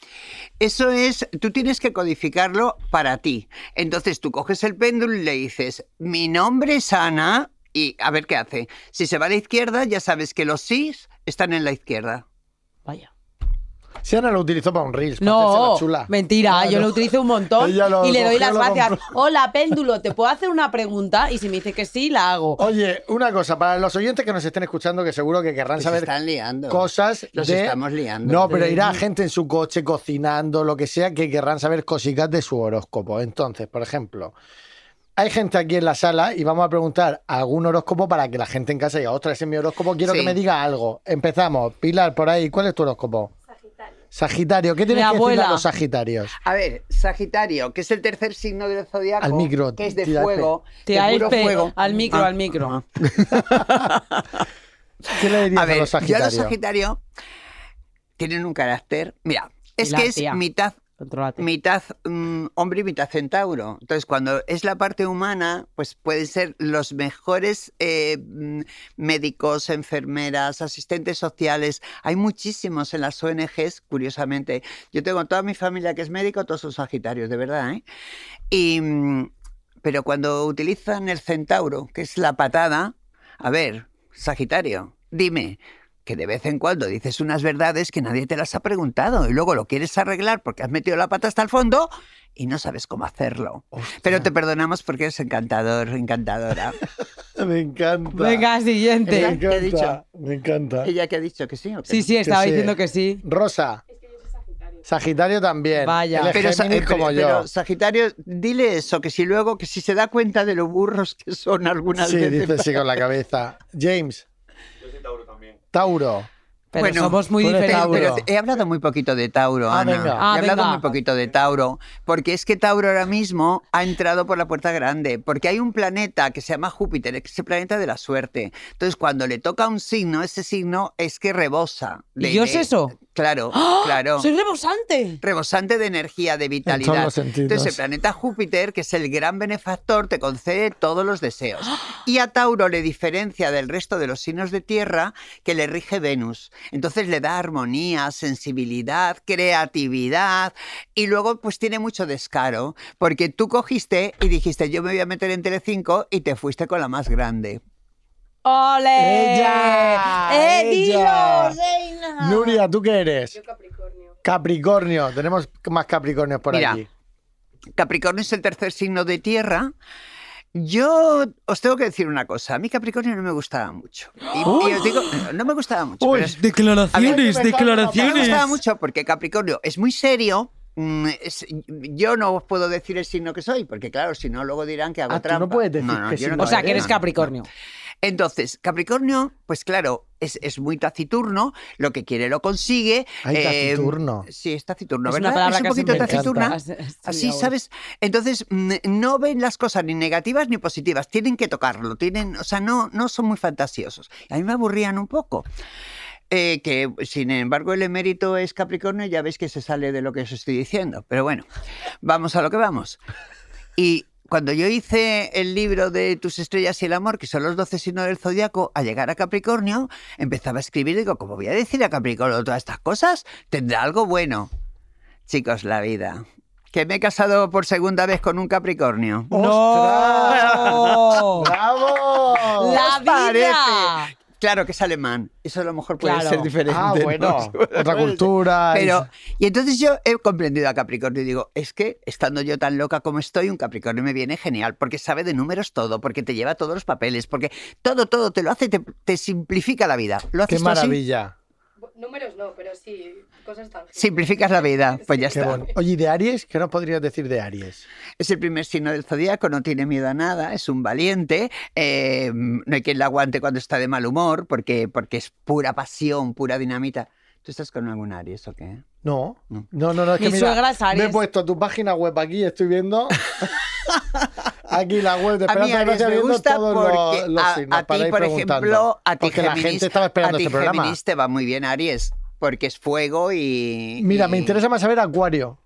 E: Eso es, tú tienes que codificarlo para ti. Entonces tú coges el péndulo y le dices, mi nombre es Ana, y a ver qué hace. Si se va a la izquierda, ya sabes que los sís están en la izquierda.
D: Vaya.
C: Si Ana lo utilizó para un Reels. para hacerse
D: No,
C: la chula.
D: mentira,
C: Claro.
D: yo lo utilizo un montón
C: Ella lo
D: y le doy
C: cogió,
D: las
C: lo
D: gracias.
C: compró.
D: Hola, péndulo, ¿te puedo hacer una pregunta? Y si me dice que sí, la hago.
C: Oye, una cosa, para los oyentes que nos estén escuchando, que seguro que querrán
E: Los
C: saber
E: están liando.
C: cosas
E: Los
C: de-
E: estamos liando.
C: No, pero
E: De-
C: irá gente en su coche cocinando, lo que sea, que querrán saber cositas de su horóscopo. Entonces, por ejemplo, hay gente aquí en la sala y vamos a preguntar algún horóscopo para que la gente en casa diga, ostras, ese es mi horóscopo, quiero
E: Sí.
C: que me diga algo. Empezamos. Pilar, por ahí, ¿cuál es tu horóscopo? Sagitario. Sagitario, ¿qué tienes
D: Mi
C: que decirle
D: abuela.
C: a los sagitarios?
E: A ver, Sagitario, que es el tercer signo del zodiaco,
C: Al micro,
E: que es de
C: tira el
E: fuego,
D: Te
E: de puro
D: AFP,
E: fuego.
D: al micro,
E: Ah,
D: al micro.
C: ¿Qué le dirías
E: A
C: a,
E: ver,
C: los
E: yo a los
C: sagitarios?
E: Sagitario tienen un carácter. Mira, es
D: Pilar,
E: que es
D: tía.
E: mitad
D: Controlate.
E: mitad mm, hombre y mitad centauro. Entonces, cuando es la parte humana, pues pueden ser los mejores eh, mm, médicos, enfermeras, asistentes sociales. Hay muchísimos en las ONGs, curiosamente. Yo tengo toda mi familia que es médico, todos son sagitarios, de verdad. ¿eh? Y, mm, pero cuando utilizan el centauro, que es la patada, A ver, Sagitario, dime que de vez en cuando dices unas verdades que nadie te las ha preguntado y luego lo quieres arreglar porque has metido la pata hasta el fondo y no sabes cómo hacerlo. Pero te perdonamos porque eres encantador,
C: <laughs>
E: encantadora.
C: Me encanta.
F: Venga,
C: me
F: siguiente.
E: Exacto. ¿Qué
C: encanta.
E: he dicho?
C: Me encanta.
E: Ella que ha dicho que sí. ¿o que
F: Sí,
E: no?
F: sí, estaba
C: sí.
F: diciendo que sí.
C: Rosa. Sagitario también.
F: Vaya.
C: Él es
E: Pero, Sa-
C: Géminis
E: eh,
C: como
E: pero-
C: yo.
E: pero, Sagitario, dile eso, que si luego, que si se da cuenta de lo burros que son algunas
C: sí,
E: veces.
C: dice sí con la cabeza. James. Yo soy Tauro también. Tauro.
F: Pero
E: Bueno,
F: somos muy
C: tú eres
F: diferentes.
E: Pero- pero
C: pues Tauro.
E: he hablado muy poquito de Tauro,
C: Ah,
E: Ana.
C: venga.
F: Ah,
E: he hablado
F: venga.
E: muy poquito de Tauro, porque es que Tauro ahora mismo ha entrado por la puerta grande, porque hay un planeta que se llama Júpiter, es ese planeta de la suerte. Entonces, cuando le toca un signo, ese signo es que rebosa. de-
F: ¿Y yo
E: de-
F: sé eso? ¡Ah!
E: Claro, claro.
D: Soy rebosante.
E: Rebosante de energía, de
C: En todos
E: vitalidad.
C: los sentidos.
E: Entonces, el planeta Júpiter, que es el gran benefactor, te concede todos los deseos. Y a Tauro le diferencia del resto de los signos de tierra que le rige Venus. Entonces le da armonía, sensibilidad, creatividad y luego pues tiene mucho descaro, porque tú cogiste y dijiste, "Yo me voy a meter en Telecinco" y te fuiste con la más grande.
D: ¡Ole!
C: ¡Ella!
D: ¡Eh,
C: ¡Ella!
D: dilo, reina!
C: Nuria, ¿tú qué eres? Ah. Yo Capricornio. Capricornio. Tenemos más Capricornios por
E: Mira,
C: aquí.
E: Capricornio es el tercer signo de tierra. Yo os tengo que decir una cosa, a mí Capricornio no me gustaba mucho. Y, y os digo, no me gustaba mucho. pero es-
F: declaraciones,
C: A ver,
E: Me gustaba
F: declaraciones.
E: mucho porque Capricornio es muy serio. mm, es- yo no os puedo decir el signo que soy, porque claro, si no, luego dirán que hago
C: Ah, tú no
E: trampa.
C: puedes decir qué
E: yo
C: signo
F: O sea, que
E: puedo.
F: eres Capricornio.
E: Entonces, Capricornio, pues claro, es, es muy taciturno, lo que quiere lo consigue.
C: Ay,
E: eh,
C: taciturno.
E: Sí, es taciturno,
F: Es
E: ¿verdad?
F: una palabra
E: es un
F: que
E: poquito
F: siempre
C: me encanta.
E: taciturna.
F: Sí,
E: Así,
F: ahora.
E: ¿sabes? Entonces, mm, no ven las cosas ni negativas ni positivas, tienen que tocarlo, tienen, o sea, no, no son muy fantasiosos. A mí me aburrían un poco. Eh, que, sin embargo, el emérito es Capricornio, ya veis que se sale de lo que os estoy diciendo. Pero bueno, vamos a lo que vamos. Y cuando yo hice el libro de Tus estrellas y el amor, que son los 12 signos del zodiaco, a llegar a Capricornio, empezaba a escribir, digo, ¿cómo voy a decir a Capricornio todas estas cosas? Tendrá algo bueno. Chicos, la vida. Que me he casado por segunda vez con un Capricornio.
C: Oh.
E: ¡Oh!
F: ¡No!
C: ¡Bravo!
D: ¡La
E: parece?
D: vida!
E: Claro que es alemán. Eso a lo mejor puede
F: Claro.
E: ser <laughs> diferente.
C: Ah,
E: ¿no?
C: bueno. Otra cultura.
E: Pero, y entonces yo he comprendido a Capricornio y digo, es que estando yo tan loca como estoy, un Capricornio me viene genial, porque sabe de números todo, porque te lleva todos los papeles, porque todo, todo te lo hace, te, te simplifica la vida. ¿Lo haces
C: ¡Qué
E: tú así?
C: maravilla!
G: Bu- Números no, pero sí, cosas tangibles.
E: Simplificas la vida, pues ya
C: Qué
E: está.
C: bon- Oye, ¿y de Aries? ¿Qué nos podrías decir de Aries?
E: Es el primer signo del zodiaco, no tiene miedo a nada, es un valiente, eh, no hay quien la aguante cuando está de mal humor, porque, porque es pura pasión, pura dinamita. ¿Tú estás con algún Aries o qué?
C: No,
E: No.
C: no, no, no es
F: Mi
C: que mira,
F: suegra es
C: me
F: Aries.
C: he puesto tu página web aquí, estoy
E: <laughs>
C: viendo aquí la web de
E: A mí
C: Esperanza de
E: Aries
C: Gracia
E: me
C: viendo
E: gusta
C: todos
E: porque
C: los, los
E: a-
C: signos
E: a,
C: para
E: ti,
C: ir
E: por
C: preguntando.
E: ejemplo, a ti
C: porque
E: Géminis,
C: la gente estaba esperando
E: a ti
C: este programa.
E: Géminis te va muy bien, Aries, porque es fuego y...
C: Mira, me
E: y-
C: interesa más saber Acuario.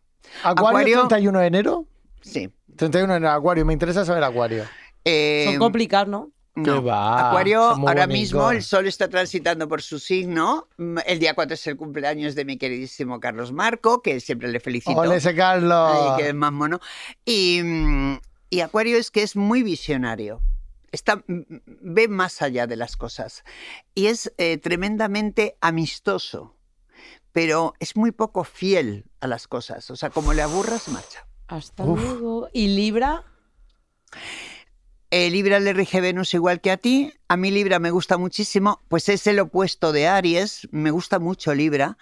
C: Acuario,
E: Acuario.
C: 31 de enero.
E: Sí.
C: 31 de enero, Acuario, me interesa saber Acuario.
E: Eh,
F: Son complicados, ¿no?
E: no.
C: Qué va,
E: Acuario,
C: Ah, son muy
E: ahora
C: bonitos.
E: mismo el sol está transitando por su signo. Mm, El día 4 es el cumpleaños de mi queridísimo Carlos Marco, que siempre le felicito.
C: Ole ese Carlos.
E: Ay, que es más mono. Y, mm, y Acuario es que es muy visionario. Está, mm, ve más allá de las cosas. Y es eh, tremendamente amistoso, pero es muy poco fiel a las cosas. O sea, como le aburra, se marcha.
F: Hasta
C: Uf.
F: luego. ¿Y Libra?
E: Eh, Libra le rige Venus igual que a ti. A mí Libra me gusta muchísimo, pues es el opuesto de Aries. Me gusta mucho Libra.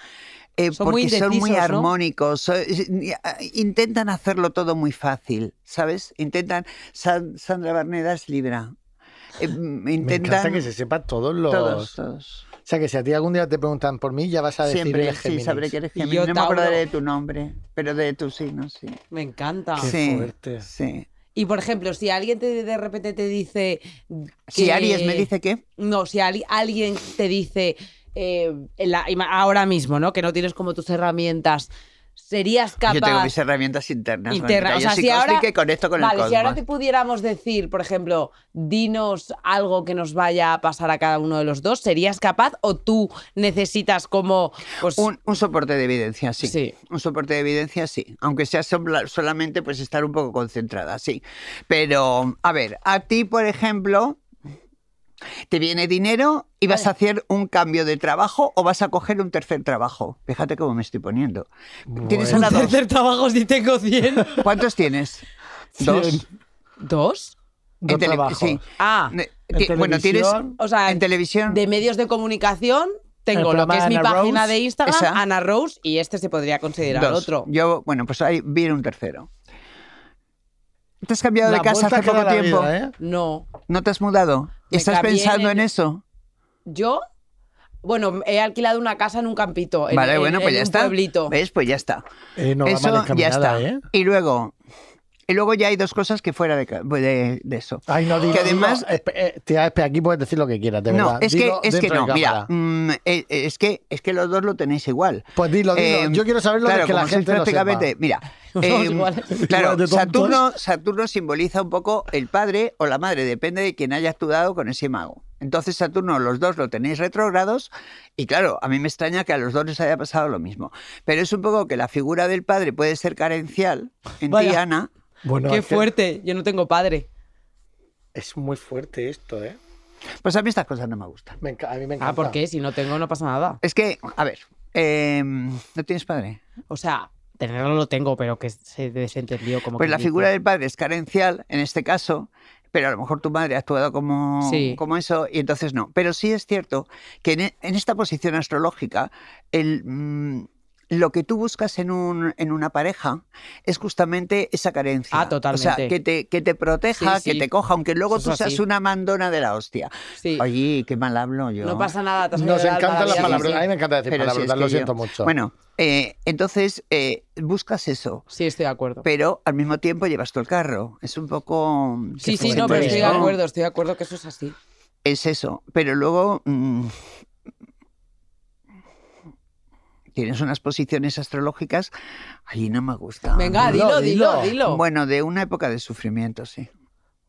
E: eh,
F: Son muy
E: porque son muy
F: indecisos, ¿no?
E: armónicos, so- eh, intentan hacerlo todo muy fácil, ¿sabes? Intentan. San- Sandra Barneda es Libra.
F: <laughs>
E: Eh, m-
C: me encanta
E: intentan.
C: que se sepa todos los.
E: Todos, todos.
C: O sea, que si a ti algún día te preguntan por mí, ya vas a decir
E: Siempre,
C: eres
E: sí,
C: Géminis.
E: sabré que eres
F: Y
E: Géminis.
F: yo,
E: No me
F: Tauro.
E: acordaré de tu nombre, pero de tu signo, sí.
F: Me encanta.
C: Ah. Qué
E: Sí,
C: fuerte.
E: Sí.
F: Y por ejemplo, si alguien te, de repente te dice.
E: Si
F: que-
E: Aries me dice que.
F: No, si ali- alguien te dice eh, en la- ima- ahora mismo, ¿no? Que no tienes como tus herramientas, serías capaz.
E: Yo tengo mis herramientas internas.
F: interna-
E: Mónica. Yo
F: o sea,
E: soy
F: si
E: cósmica
F: ahora,
E: y conecto con el
F: vale, si ahora
E: cosmos.
F: te pudiéramos decir, por ejemplo, dinos algo que nos vaya a pasar a cada uno de los dos, ¿serías capaz o tú necesitas como pues,
E: Un, un soporte de evidencia, sí.
F: Sí.
E: Un soporte de evidencia, sí. Aunque sea sombla- solamente pues estar un poco concentrada, sí. Pero, a ver, a ti, por ejemplo, Te viene dinero y vas a hacer un cambio de trabajo o vas a coger un tercer trabajo. Fíjate cómo me estoy poniendo. Tienes
C: Bueno.
E: ahora dos.
D: Tercer trabajo si tengo
E: <laughs>
D: 100.
E: ¿Cuántos tienes? Dos.
D: ¿Dos?
E: En
C: Dos
E: tele-
C: trabajos.
E: sí.
D: Ah,
E: Ne-
C: En
E: ti- bueno, tienes
C: televisión.
D: o sea,
E: en televisión.
D: de medios de comunicación tengo
C: El
D: lo que
C: programa
D: es mi
C: Ana
D: página
C: Rose.
D: de Instagram,
E: Esa.
D: Ana Rose, y este se podría considerar
E: dos.
D: otro.
E: Yo, bueno, pues ahí viene un tercero. ¿Te has cambiado
C: La
E: de casa
C: vuelta
E: hace
C: que da
E: poco
C: la
E: tiempo?
C: vida, ¿eh?
D: No.
E: ¿No te has mudado?
D: Me
E: ¿Estás
D: cambié
E: pensando
D: en-
E: en eso?
D: Yo, bueno, he alquilado una casa en un campito. en-
E: vale,
D: en-
E: bueno, pues
D: en
E: ya
D: un
E: está.
D: pueblito.
E: ¿Ves? Pues ya está.
C: Eh, no va mal
E: eso ya
C: encaminada,
E: está.
C: ¿eh?
E: Y luego, y luego ya hay dos cosas que fuera de, ca- de- de eso.
C: Ay, no, digo,
E: Que además-
C: digo, espe- eh, tía, espe- aquí puedes decir lo que quieras, de
E: no,
C: verdad.
E: es que,
C: Dilo
E: es que
C: dentro
E: no,
C: de
E: mira,
C: cámara.
E: mm, eh, eh, es que es que los dos lo tenéis igual.
C: Pues dilo, dilo.
E: Eh,
C: Yo quiero saberlo
E: claro,
C: de que la
E: como sois
C: gente lo sepa.
E: prácticamente,
C: <laughs>
E: mira,
D: Somos
E: eh,
D: iguales.
E: claro,
C: Igual de tontos.
E: Saturno, Saturno simboliza un poco el padre o la madre, depende de quien haya actuado con ese mago. Entonces Saturno, los dos lo tenéis retrógrados y claro, a mí me extraña que a los dos les haya pasado lo mismo. Pero es un poco que la figura del padre puede ser carencial en ti,
D: Vaya.
E: Ana.
C: Bueno,
D: Qué
C: es que
D: fuerte, yo no tengo padre. Ah,
C: Es muy fuerte esto, ¿eh?
E: Pues a mí estas cosas no me gustan.
C: Me enca- a mí me encanta.
D: Ah, ¿por qué? Si no tengo, no pasa nada.
E: Es que, a ver, eh, ¿no tienes padre?
D: O sea, tenerlo lo tengo, pero que se desentendió como
E: Pues
D: quien
E: la
D: dice.
E: figura del padre es carencial en este caso, pero a lo mejor tu madre ha actuado como,
D: Sí.
E: como eso y entonces no. Pero sí es cierto que en, e- en esta posición astrológica, el, mm, lo que tú buscas en, un, en una pareja es justamente esa carencia.
D: Ah,
E: O sea,
D: totalmente.
E: que te, que te
D: Sí,
E: proteja,
D: sí.
E: que te coja, aunque luego
D: Eso
E: tú
D: es
E: seas
D: así.
E: una mandona de la hostia.
D: Sí.
E: Oye, qué mal hablo yo.
D: No pasa nada. te has
C: Nos
D: ayudado
C: encantan
D: todavía,
C: las
D: sí,
C: palabras.
D: sí.
C: A mí me encanta decir
E: Pero si
C: palabras,
E: es que
C: lo
E: yo-
C: siento mucho.
E: Bueno, eh, entonces eh, buscas eso.
D: Sí, estoy de acuerdo.
E: pero al mismo tiempo llevas tú el carro. Es un poco... mm,
D: Sí,
E: qué
D: sí,
E: fuerte
D: no, pero estoy de
E: esto.
D: acuerdo, estoy de acuerdo que eso es así.
E: Es eso, pero luego mm, tienes unas posiciones astrológicas, ahí no me gusta.
D: Venga,
C: Dilo,
D: dilo,
C: dilo.
D: dilo, dilo.
E: Bueno, de una época de sufrimiento, sí.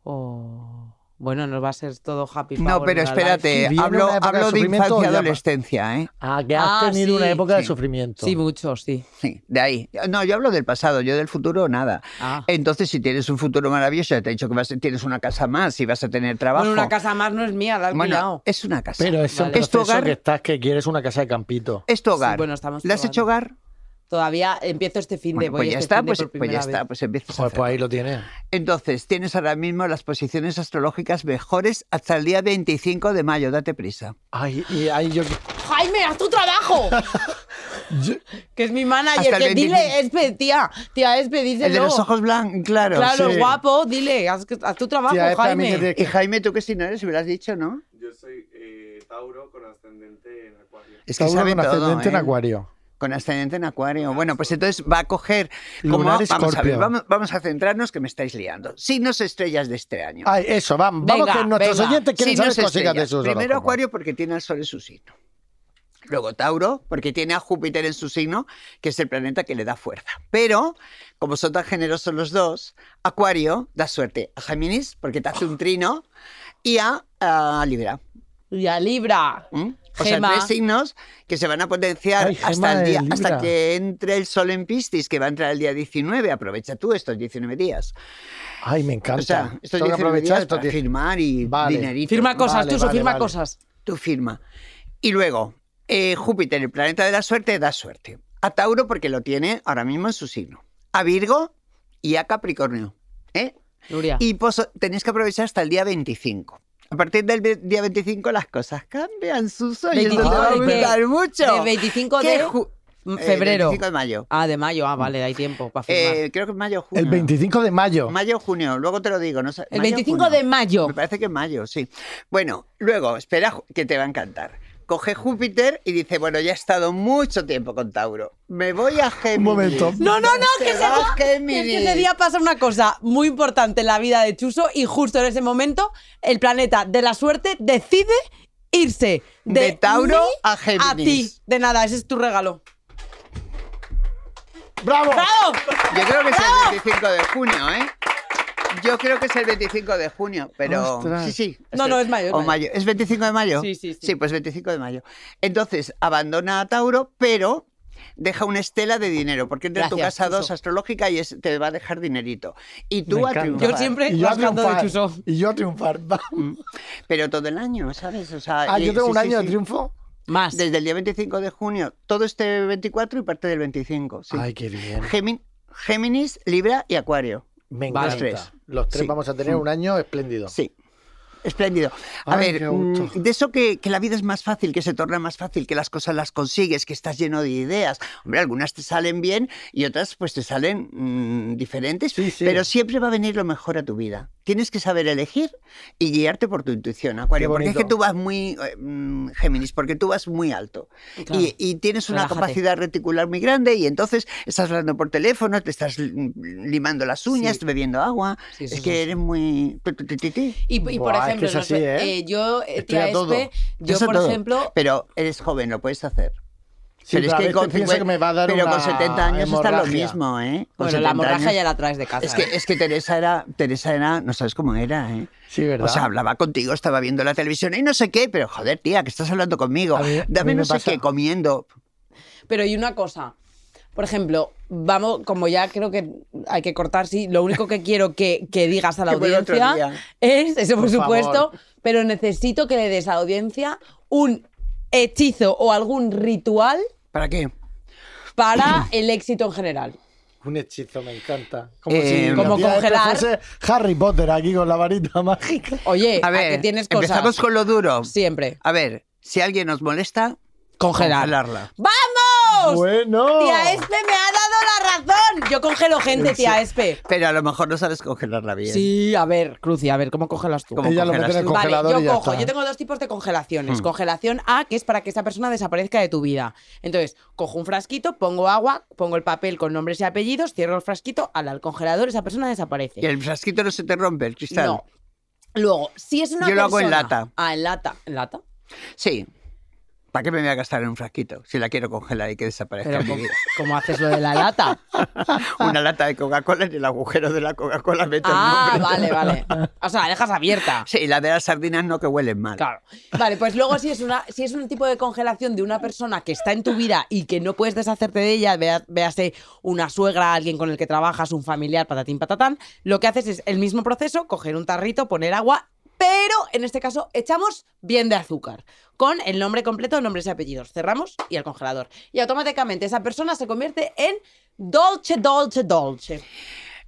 D: Oh, bueno, nos va a ser todo happy.
E: No,
D: power, la
E: pero
D: life.
E: espérate,
C: viene
E: hablo,
C: una época de
E: hablo de,
C: sufrimiento,
E: infancia y
C: ya pa-
E: adolescencia, ¿eh?
C: Ah, que
D: Ah,
C: has tenido
D: sí,
C: una época de
E: sí.
C: sufrimiento.
D: Sí, mucho, sí.
E: Sí, de ahí. No, yo hablo del pasado, yo del futuro nada.
D: Ah.
E: Entonces, si tienes un futuro maravilloso, ya te he dicho que vas, tienes una casa más y vas a tener trabajo.
D: Bueno, una casa más no es mía, la he
E: Bueno,
D: alquilado.
E: es una casa.
C: Pero es un
D: Vale.
E: ¿Es tu
C: proceso
E: hogar?
C: que estás que quieres una casa de campito.
E: Es tu hogar.
D: Sí, bueno, estamos
E: ¿Le has
D: probando.
E: hecho hogar?
D: Todavía empiezo este fin de
E: Bueno,
D: voy
E: pues ya
D: este
E: está,
D: fin de
E: pues,
D: por
E: pues ya
D: primera
E: está,
D: vez.
E: pues empiezas a
C: Joder, pues
E: hacer.
C: ahí lo tienes.
E: Entonces, tienes ahora mismo las posiciones astrológicas mejores hasta el día 25 de mayo, date prisa.
C: Ay, y ahí yo...
H: Jaime, haz tu trabajo.
E: <laughs>
D: Que es mi manager,
E: Hasta el
D: que
E: 25.
D: dile, espe, tía, tía, espe,
E: El de
D: díselo.
E: los ojos blancos, claro.
D: Claro,
C: sí.
D: guapo, dile, haz, que- haz tu trabajo,
C: Tía, esta a mí
D: Jaime.
C: que
E: Y Jaime, tú eh, que si no eres, hubieras dicho, ¿no?
I: Yo soy eh, Tauro con ascendente en Acuario.
E: Es
C: Está
E: que
C: uno
E: sabe
C: con
E: todo,
C: ascendente en
E: ¿eh?
C: acuario.
E: Con ascendente en acuario. Bueno, pues entonces va a coger...
C: Lunar
E: vamos, a ver,
C: Escorpio.
E: vamos, vamos a centrarnos que me estáis liando. Signos estrellas de este año.
C: Ay, eso, vamos, vamos
D: Venga,
C: que nuestros
D: venga.
C: oyentes quieren
E: Signos
C: saber cositas de
E: estrellas.
C: sus
E: Primero
C: horóscopos.
E: Acuario porque tiene al Sol en su signo. Luego Tauro, porque tiene a Júpiter en su signo, que es el planeta que le da fuerza. Pero, como son tan generosos los dos, Acuario da suerte a Géminis, porque te hace un trino, y a, a Libra.
D: Y a Libra.
E: ¿m? O sea,
D: Gema.
E: tres signos que se van a potenciar
C: Ay, Gema
E: hasta, el
C: de
E: día,
C: Libra.
E: hasta que entre el Sol en Piscis, que va a entrar el día 19. Aprovecha tú estos 19 días.
C: Ay, me encanta.
E: O sea, estos
C: Tengo que
E: 19
C: aprovechar
E: días
C: estos
E: para
C: diez-
E: firmar y
C: Vale.
E: dinerito.
D: Firma cosas,
C: Vale,
D: Tuso,
C: vale,
D: firma
C: vale.
D: cosas.
E: tu firma. Y luego, eh, Júpiter, el planeta de la suerte, da suerte. A Tauro porque lo tiene ahora mismo en su signo. A Virgo y a Capricornio. ¿eh?
D: Nuria.
E: Y poso- tenéis que aprovechar hasta el día 25. A partir del ve- día 25 las cosas cambian, Suso, y eso te
D: 25
E: va a
D: de qué?
E: gustar mucho.
D: De 25
E: ¿Qué
D: de mm,
E: ju- eh,
D: febrero.
E: 25 de mayo.
D: Ah, de mayo, ah, vale, hay tiempo para firmar.
E: Eh, creo que es mayo junio.
C: El 25 de mayo.
E: Mayo junio, luego te lo digo. No sé,
D: el
E: mayo,
D: 25
E: junio.
D: de mayo.
E: Me parece que en mayo, sí. Bueno, luego, espera ju- que te va a encantar. Coge Júpiter y dice, bueno, ya he estado mucho tiempo con Tauro. Me voy a Géminis.
C: momento.
D: No, no, no, que se
E: va a
D: Es
E: Géminis.
D: que ese día pasa una cosa muy importante en la vida de Chuso y justo en ese momento el planeta de la suerte decide irse de,
E: De Tauro
D: mí
E: a
D: a ti.
E: Géminis.
D: De nada, ese es tu regalo.
C: ¡Bravo!
D: ¡Bravo!
E: Yo creo que es el 25 de junio, ¿eh? Yo creo que es el 25 de junio, pero...
C: Ostras.
E: Sí, sí.
D: No, no, es mayo, es
E: O
D: mayo.
E: mayo. ¿Es 25 de mayo?
D: Sí, sí, sí.
E: Sí, pues 25 de mayo. Entonces, abandona a Tauro, pero deja una estela de dinero, porque entra en tu
D: Gracias,
E: casa dos
D: Chuso.
E: astrológica y es- te va a dejar dinerito. Y tú
C: Me
E: a
C: encanta.
E: triunfar.
D: Yo siempre
C: Y yo a
D: rascando de
C: triunfar.
D: chuso.
C: Y yo a triunfar. vamos.
E: Pero todo el año, ¿sabes? O sea,
C: Ah,
E: y-
C: yo tengo
E: sí,
C: un
E: sí,
C: año de
E: sí.
C: triunfo.
D: Más.
E: Desde el día 25 de junio, todo este 24 y parte del 25. sí.
C: Ay, qué bien.
E: Gémin- Géminis, Libra y Acuario.
C: Me encanta.
E: Vale. Los tres.
C: Los tres
E: Sí.
C: vamos a tener un año espléndido.
E: Sí. Espléndido. A
C: Ay, qué
E: ver,
C: gusto.
E: mm, de eso que, que la vida es más fácil, que se torna más fácil, que las cosas las consigues, que estás lleno de ideas. Hombre, algunas te salen bien y otras pues te salen mm, diferentes,
C: Sí, sí.
E: pero siempre va a venir lo mejor a tu vida. Tienes que saber elegir y guiarte por tu intuición, Acuario,
C: Qué
E: porque es que
C: bonito.
E: tú vas muy, eh, mm, Géminis, porque tú vas muy alto
D: Claro.
E: y, y tienes una
D: Relájate.
E: capacidad reticular muy grande y entonces estás hablando por teléfono, te estás mm, limando las uñas,
D: Sí.
E: bebiendo agua,
D: Sí, sí,
E: es
D: sí,
E: que
D: sí.
E: eres muy... tu, tu, tu, tu, tu.
D: Y, y, por
C: Buah, es que
D: ejemplo,
C: es
D: no
C: así,
D: sé,
C: ¿eh?
D: eh, yo, eh,
C: Estoy
D: tía
C: a todo.
D: Espe, yo,
E: Eso
D: por
E: todo.
D: ejemplo,
E: Pero eres joven, lo puedes hacer.
C: Sí, pero a veces pienso
E: 50
C: que me va a dar
E: pero con
C: una
E: 70 años está lo
C: hemorragia.
E: mismo, ¿eh? Con
D: bueno, la
E: 70
D: morraja
E: años-
D: ya la traes de casa.
E: Es que,
D: ¿eh?
E: es que Teresa era, Teresa era, no sabes cómo era, ¿eh?
C: Sí, ¿verdad?
E: O sea, hablaba contigo, estaba viendo la televisión y no sé qué, pero joder, tía, que estás hablando conmigo.
C: A mí- a
E: Dame
C: mí me
E: no sé
C: pasa.
E: qué, comiendo.
D: Pero y una cosa, por ejemplo, vamos, como ya creo que hay que cortar, sí, lo único que quiero que, que digas a la
E: <laughs> Que vuelva otro
D: audiencia
E: día.
D: es, eso por,
C: Por
D: supuesto,
C: favor.
D: pero necesito que le des a la audiencia un hechizo o algún ritual
E: ¿Para qué?
D: para
E: <clears throat>
D: el éxito en general.
C: Un hechizo, me encanta. Como
E: Eh,
C: si
E: como
C: la tía
D: congelar.
C: esta fuese Harry Potter aquí con la varita <laughs> mágica.
D: Oye,
E: A
D: Eh, a
E: ver,
D: que tienes cosas.
E: empezamos con lo duro.
D: Siempre.
E: A ver, si alguien nos molesta,
D: Congelar.
E: congelarla.
D: ¡Vamos!
C: Bueno.
D: Tía Espe me ha dado la razón. Yo congelo gente, tía Espe.
E: Pero a lo mejor no sabes congelarla bien.
D: Sí, a ver, Cruci, a ver, ¿cómo congelas tú?
E: ¿Cómo
C: Ella lo mete en el
D: Vale,
E: congelas
C: congelador
D: yo
C: y ya
D: cojo,
C: está.
D: yo tengo dos tipos de
E: Hmm.
D: congelaciones. Congelación A, que es para que esa persona desaparezca de tu vida. Entonces, cojo un frasquito, pongo agua, pongo el papel con nombres y apellidos, cierro el frasquito, ala, al congelador, esa persona
E: Y
D: desaparece.
E: el frasquito no se te rompe, el cristal.
D: No. Luego, si es una
E: Yo lo hago en
D: persona-
E: lata.
D: Ah, en lata. ¿En lata?
E: Sí. ¿Para qué me voy a gastar en un frasquito si la quiero congelar y que desaparezca
D: Pero
E: mi
D: ¿cómo,
E: vida?
D: cómo haces lo de la
E: <laughs>
D: lata?
E: Una lata de Coca-Cola en el agujero de la Coca-Cola meto el
D: ah,
E: nombre.
D: vale, vale.
E: <laughs>
D: O sea, la dejas abierta.
E: Sí, la de las sardinas no que huelen mal.
D: Claro. Vale, pues luego si es, una, si es un tipo de congelación de una persona que está en tu vida y que no puedes deshacerte de ella, vea- véase una suegra, alguien con el que trabajas, un familiar, patatín, patatán, lo que haces es el mismo proceso, coger un tarrito, poner agua, pero en este caso echamos bien de azúcar, con el nombre completo, nombres y apellidos. Cerramos y al congelador. Y automáticamente esa persona se convierte en dolce, dolce, dolce.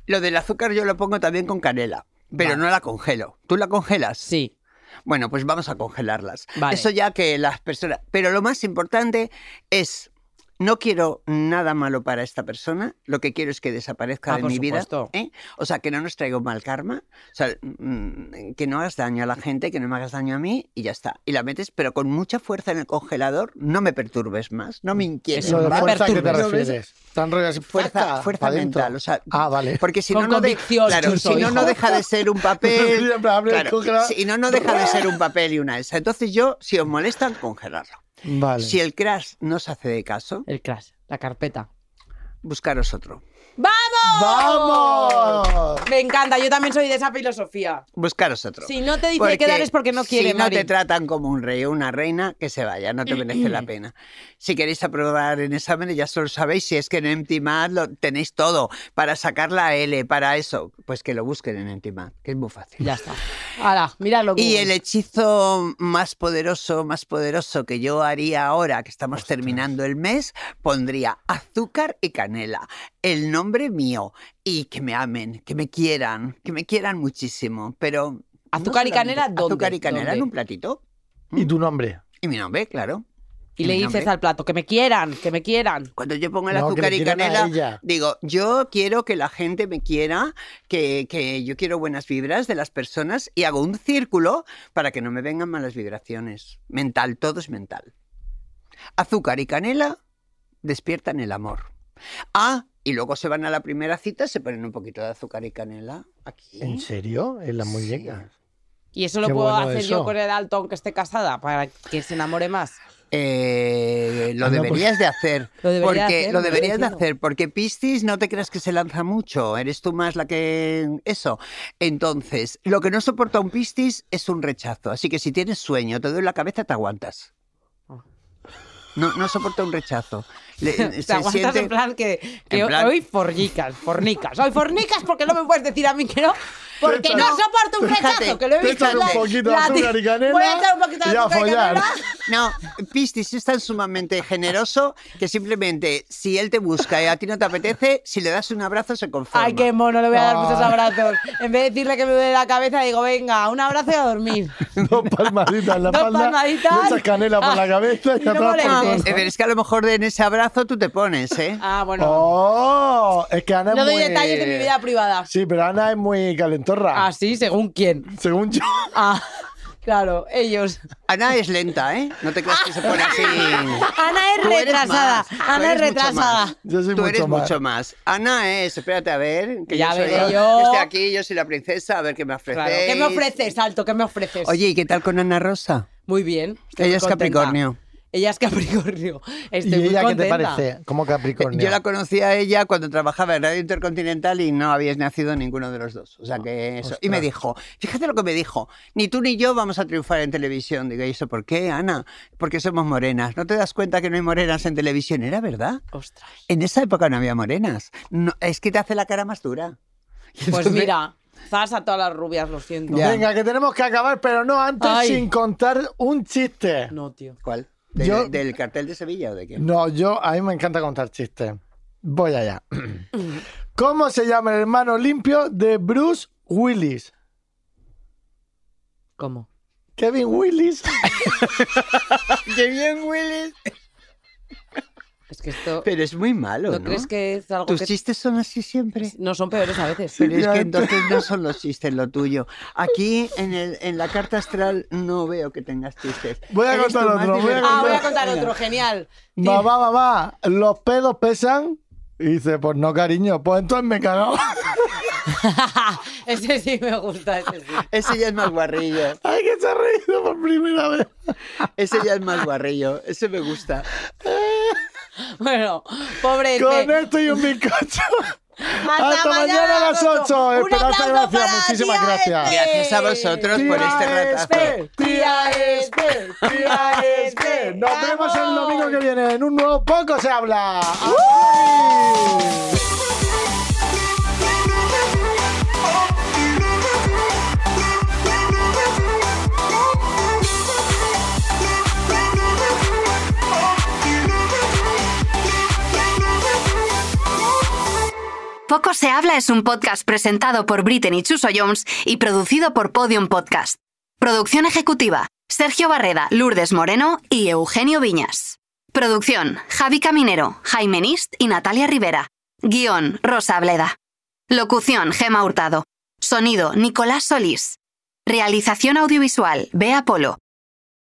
E: Lo del azúcar yo lo pongo también con canela, pero
D: Vale.
E: no la congelo. ¿Tú la congelas?
D: Sí.
E: Bueno, pues vamos a congelarlas.
D: Vale.
E: Eso ya que las personas... Pero lo más importante es... No quiero nada malo para esta persona, lo que quiero es que desaparezca
D: Ah,
E: de
D: por
E: mi
D: supuesto.
E: vida. ¿eh? O sea, que no nos traiga un mal karma, o sea, mm, que no hagas daño a la gente, que no me hagas daño a mí y ya está. Y la metes, pero con mucha fuerza en el congelador, no me perturbes más, no me inquietes.
C: Lo de
E: más.
C: fuerza, ¿a qué te
D: perturbes.
C: refieres? Tan rollo así,
E: Fuerza, fuerza mental, o sea,
C: ah, vale. <laughs>
E: porque si
D: Con
E: no, no, de-
D: convicción,
E: claro,
D: Chuso,
E: si no, no
D: hijo.
E: deja de
D: <laughs>
E: ser un papel,
C: En plan, abre el
E: claro,
C: congelador.
E: si no, no deja de ser un papel y una esa. Entonces yo, si os molestan, congelarlo.
C: Vale.
E: Si el crash no se hace de caso,
D: El crash, la carpeta.
E: buscaros otro.
C: ¡Vamos!
D: Me encanta, yo también soy de esa filosofía.
E: Buscaros otro.
D: Si no te dice que dar es porque no quiere,
E: Si no
D: Mari.
E: te tratan como un rey o una reina, que se vaya, no te
D: <clears throat>
E: merece la pena. Si queréis aprobar en exámenes, ya solo sabéis, si es que en EmptyMath lo tenéis todo, para sacar la L, para eso, pues que lo busquen en EmptyMath, que es muy fácil.
D: Ya está. Ahora, míralo.
E: Y el hechizo más poderoso, más poderoso que yo haría ahora, que estamos terminando el mes, pondría azúcar y canela, el nombre mío, y que me amen, que me quieran, que me quieran muchísimo, pero... no
D: ¿Azúcar y
E: solamente-
D: canela dónde?
E: Azúcar y canela
D: ¿Dónde?
E: en un platito.
C: ¿Y tu nombre?
E: Y mi nombre, claro.
D: Y le
E: mi
D: dices
E: nombre.
D: al plato, que me quieran, que me quieran.
E: Cuando yo pongo el
C: No, que
E: azúcar
C: le
E: y
C: quieran a
E: canela,
C: ella.
E: digo, yo quiero que la gente me quiera, que, que yo quiero buenas vibras de las personas y hago un círculo para que no me vengan malas vibraciones. Mental, todo es mental. Azúcar y canela despiertan el amor. Ah, y luego se van a la primera cita, se ponen un poquito de azúcar y canela aquí.
C: ¿En serio? ¿En la
E: Sí.
C: muñeca?
D: Y eso lo
C: Qué
D: puedo
C: bueno
D: hacer
C: eso.
D: yo con el alto, aunque esté casada, para que se enamore más.
E: Eh, lo
C: Ah, no, pues-
E: deberías de hacer.
D: <laughs> Lo debería
E: porque
D: hacer,
E: lo
D: me lo
E: deberías de
D: decido.
E: hacer, porque Piscis no te creas que se lanza mucho, eres tú más la que eso. Entonces, lo que no soporta un Piscis es un rechazo, así que si tienes sueño, te doy la cabeza, te aguantas. No, no soporta un rechazo.
D: <laughs>
E: Le-
D: Te
E: se
D: aguantas
E: siente-
D: en plan que, que
E: en plan-
D: hoy fornicas, fornicas. Hoy fornicas porque no me puedes decir a mí que no. Porque
C: Échale.
D: no soporto un
E: Fíjate,
D: rechazo, que lo he visto
E: échale
D: en
C: un
D: la-
C: poquito de
D: la-
C: azúcar y canela
D: Voy a echar un poquito de
C: y a
D: azúcar y
C: follar.
D: canela.
E: No, Pistis es tan sumamente generoso que simplemente si él te busca y a ti no te apetece, si le das un abrazo se conforma. Eh,
D: Ay, qué mono, le voy a dar muchos abrazos. En vez de decirle que me duele la cabeza, digo, venga, un abrazo y a dormir.
C: <laughs> Dos palmaditas en la
D: <laughs> Dos
C: espalda. le
D: palmaditas.
C: Echas canela por la
D: Ah,
C: cabeza y,
D: y no
C: atrás por
D: molestes.
C: el
E: Eh,
C: corazón.
E: Pero es que a lo mejor en ese abrazo tú te pones, ¿eh?
D: Ah, bueno.
C: Oh, es que Ana es
D: no doy
C: muy-
D: detalles de mi vida Ah, privada.
C: Sí, pero Ana es muy calentorra.
D: Así, según quién.
C: Según yo.
D: Ah, claro, ellos.
E: Ana es lenta, ¿eh? No te creas que se pone así.
D: Ana es
E: Tú eres
D: retrasada.
E: más, tú
D: Ana es
E: eres mucho
D: retrasada.
E: más.
C: <laughs> Yo soy
E: Tú
C: mucho
E: eres
C: más.
E: mucho más. Ana es, espérate a ver, que
D: Ya
E: yo, soy,
D: veré yo.
E: yo estoy aquí, yo soy la princesa, a ver qué me ofreces.
D: Claro. ¿Qué me ofreces, Alto? ¿Qué me ofreces?
E: Oye, ¿y qué tal con Ana Rosa?
D: Muy bien. estoy
E: Ella
D: muy
E: es
D: contenta.
E: Capricornio.
D: Ella es Capricornio. Estoy
C: ¿Y
D: muy
C: ella qué te
D: contenta.
C: parece? Como Capricornio.
E: Yo la conocí a ella cuando trabajaba en Radio Intercontinental y no habías nacido ninguno de los dos. O sea que eso. Y me dijo, fíjate lo que me dijo, ni tú ni yo vamos a triunfar en televisión. Digo, ¿y eso por qué, Ana? Porque somos morenas. ¿No te das cuenta que no hay morenas en televisión? ¿Era verdad? <laughs>
D: Ostras.
E: En esa época no había morenas. No, es que te hace la cara más dura. Y
D: Pues
E: entonces-
D: mira, zas a todas las rubias, lo siento.
E: Ya.
C: Venga, que tenemos que acabar, pero no antes
D: Ay.
C: sin contar un chiste. No.
D: No, tío.
E: ¿Cuál? ¿De-
C: Yo-
E: ¿Del cartel de Sevilla o de qué?
C: yo a mí me encanta contar chistes. Voy
D: <clears throat>
C: allá. ¿Cómo se llama el hermano limpio de Bruce Willis?
D: ¿Cómo?
C: Kevin Willis.
E: ¡Qué bien, Willis!
D: Es que esto.
E: Pero es muy malo,
D: ¿No,
E: ¿no?
D: crees que es algo
E: Tus
D: que
E: chistes son así siempre.
D: no son peores a veces?
E: Pero es que
C: Fíjate.
E: entonces no son los chistes lo tuyo. Aquí en, el, en la carta astral no veo que tengas chistes.
C: Voy a
E: Eres tú
C: contar
E: más
C: otro, voy a
E: divertido.
D: Ah, voy a
C: Venga.
D: contar otro, genial.
C: mamá, mamá, ¿los pedos pesan? Y dice, pues no, cariño, pues entonces me he cagado.
D: <laughs> ese sí me gusta, ese sí.
E: Ese ya es más guarrillo.
C: <laughs> Ay, que se ha reído por primera vez.
E: Ese ya es más guarrillo. Ese me gusta.
D: Bueno, pobre.
C: Con
D: este.
C: esto y un
D: <laughs>
C: bizcocho. Hasta mañana a las
D: Alberto.
C: 8.
D: Un
C: Esperanza,
D: aplauso
C: gracias.
D: para
C: Muchísimas
D: tía
C: gracias.
D: Espe.
E: Gracias a vosotros por este ratazo.
C: Espe, tía Espe, tía Espe. Nos vemos el domingo que viene en un nuevo Poco se habla.
B: Poco se habla es un podcast presentado por Britten y Chuso Jones y producido por Podium Podcast. Producción ejecutiva: Sergio Barreda, Lourdes Moreno y Eugenio Viñas. Producción: Javi Caminero, Jaime Nist y Natalia Rivera. Guión: Rosa Bleda. Locución: Gema Hurtado. Sonido: Nicolás Solís. Realización audiovisual: Bea Polo.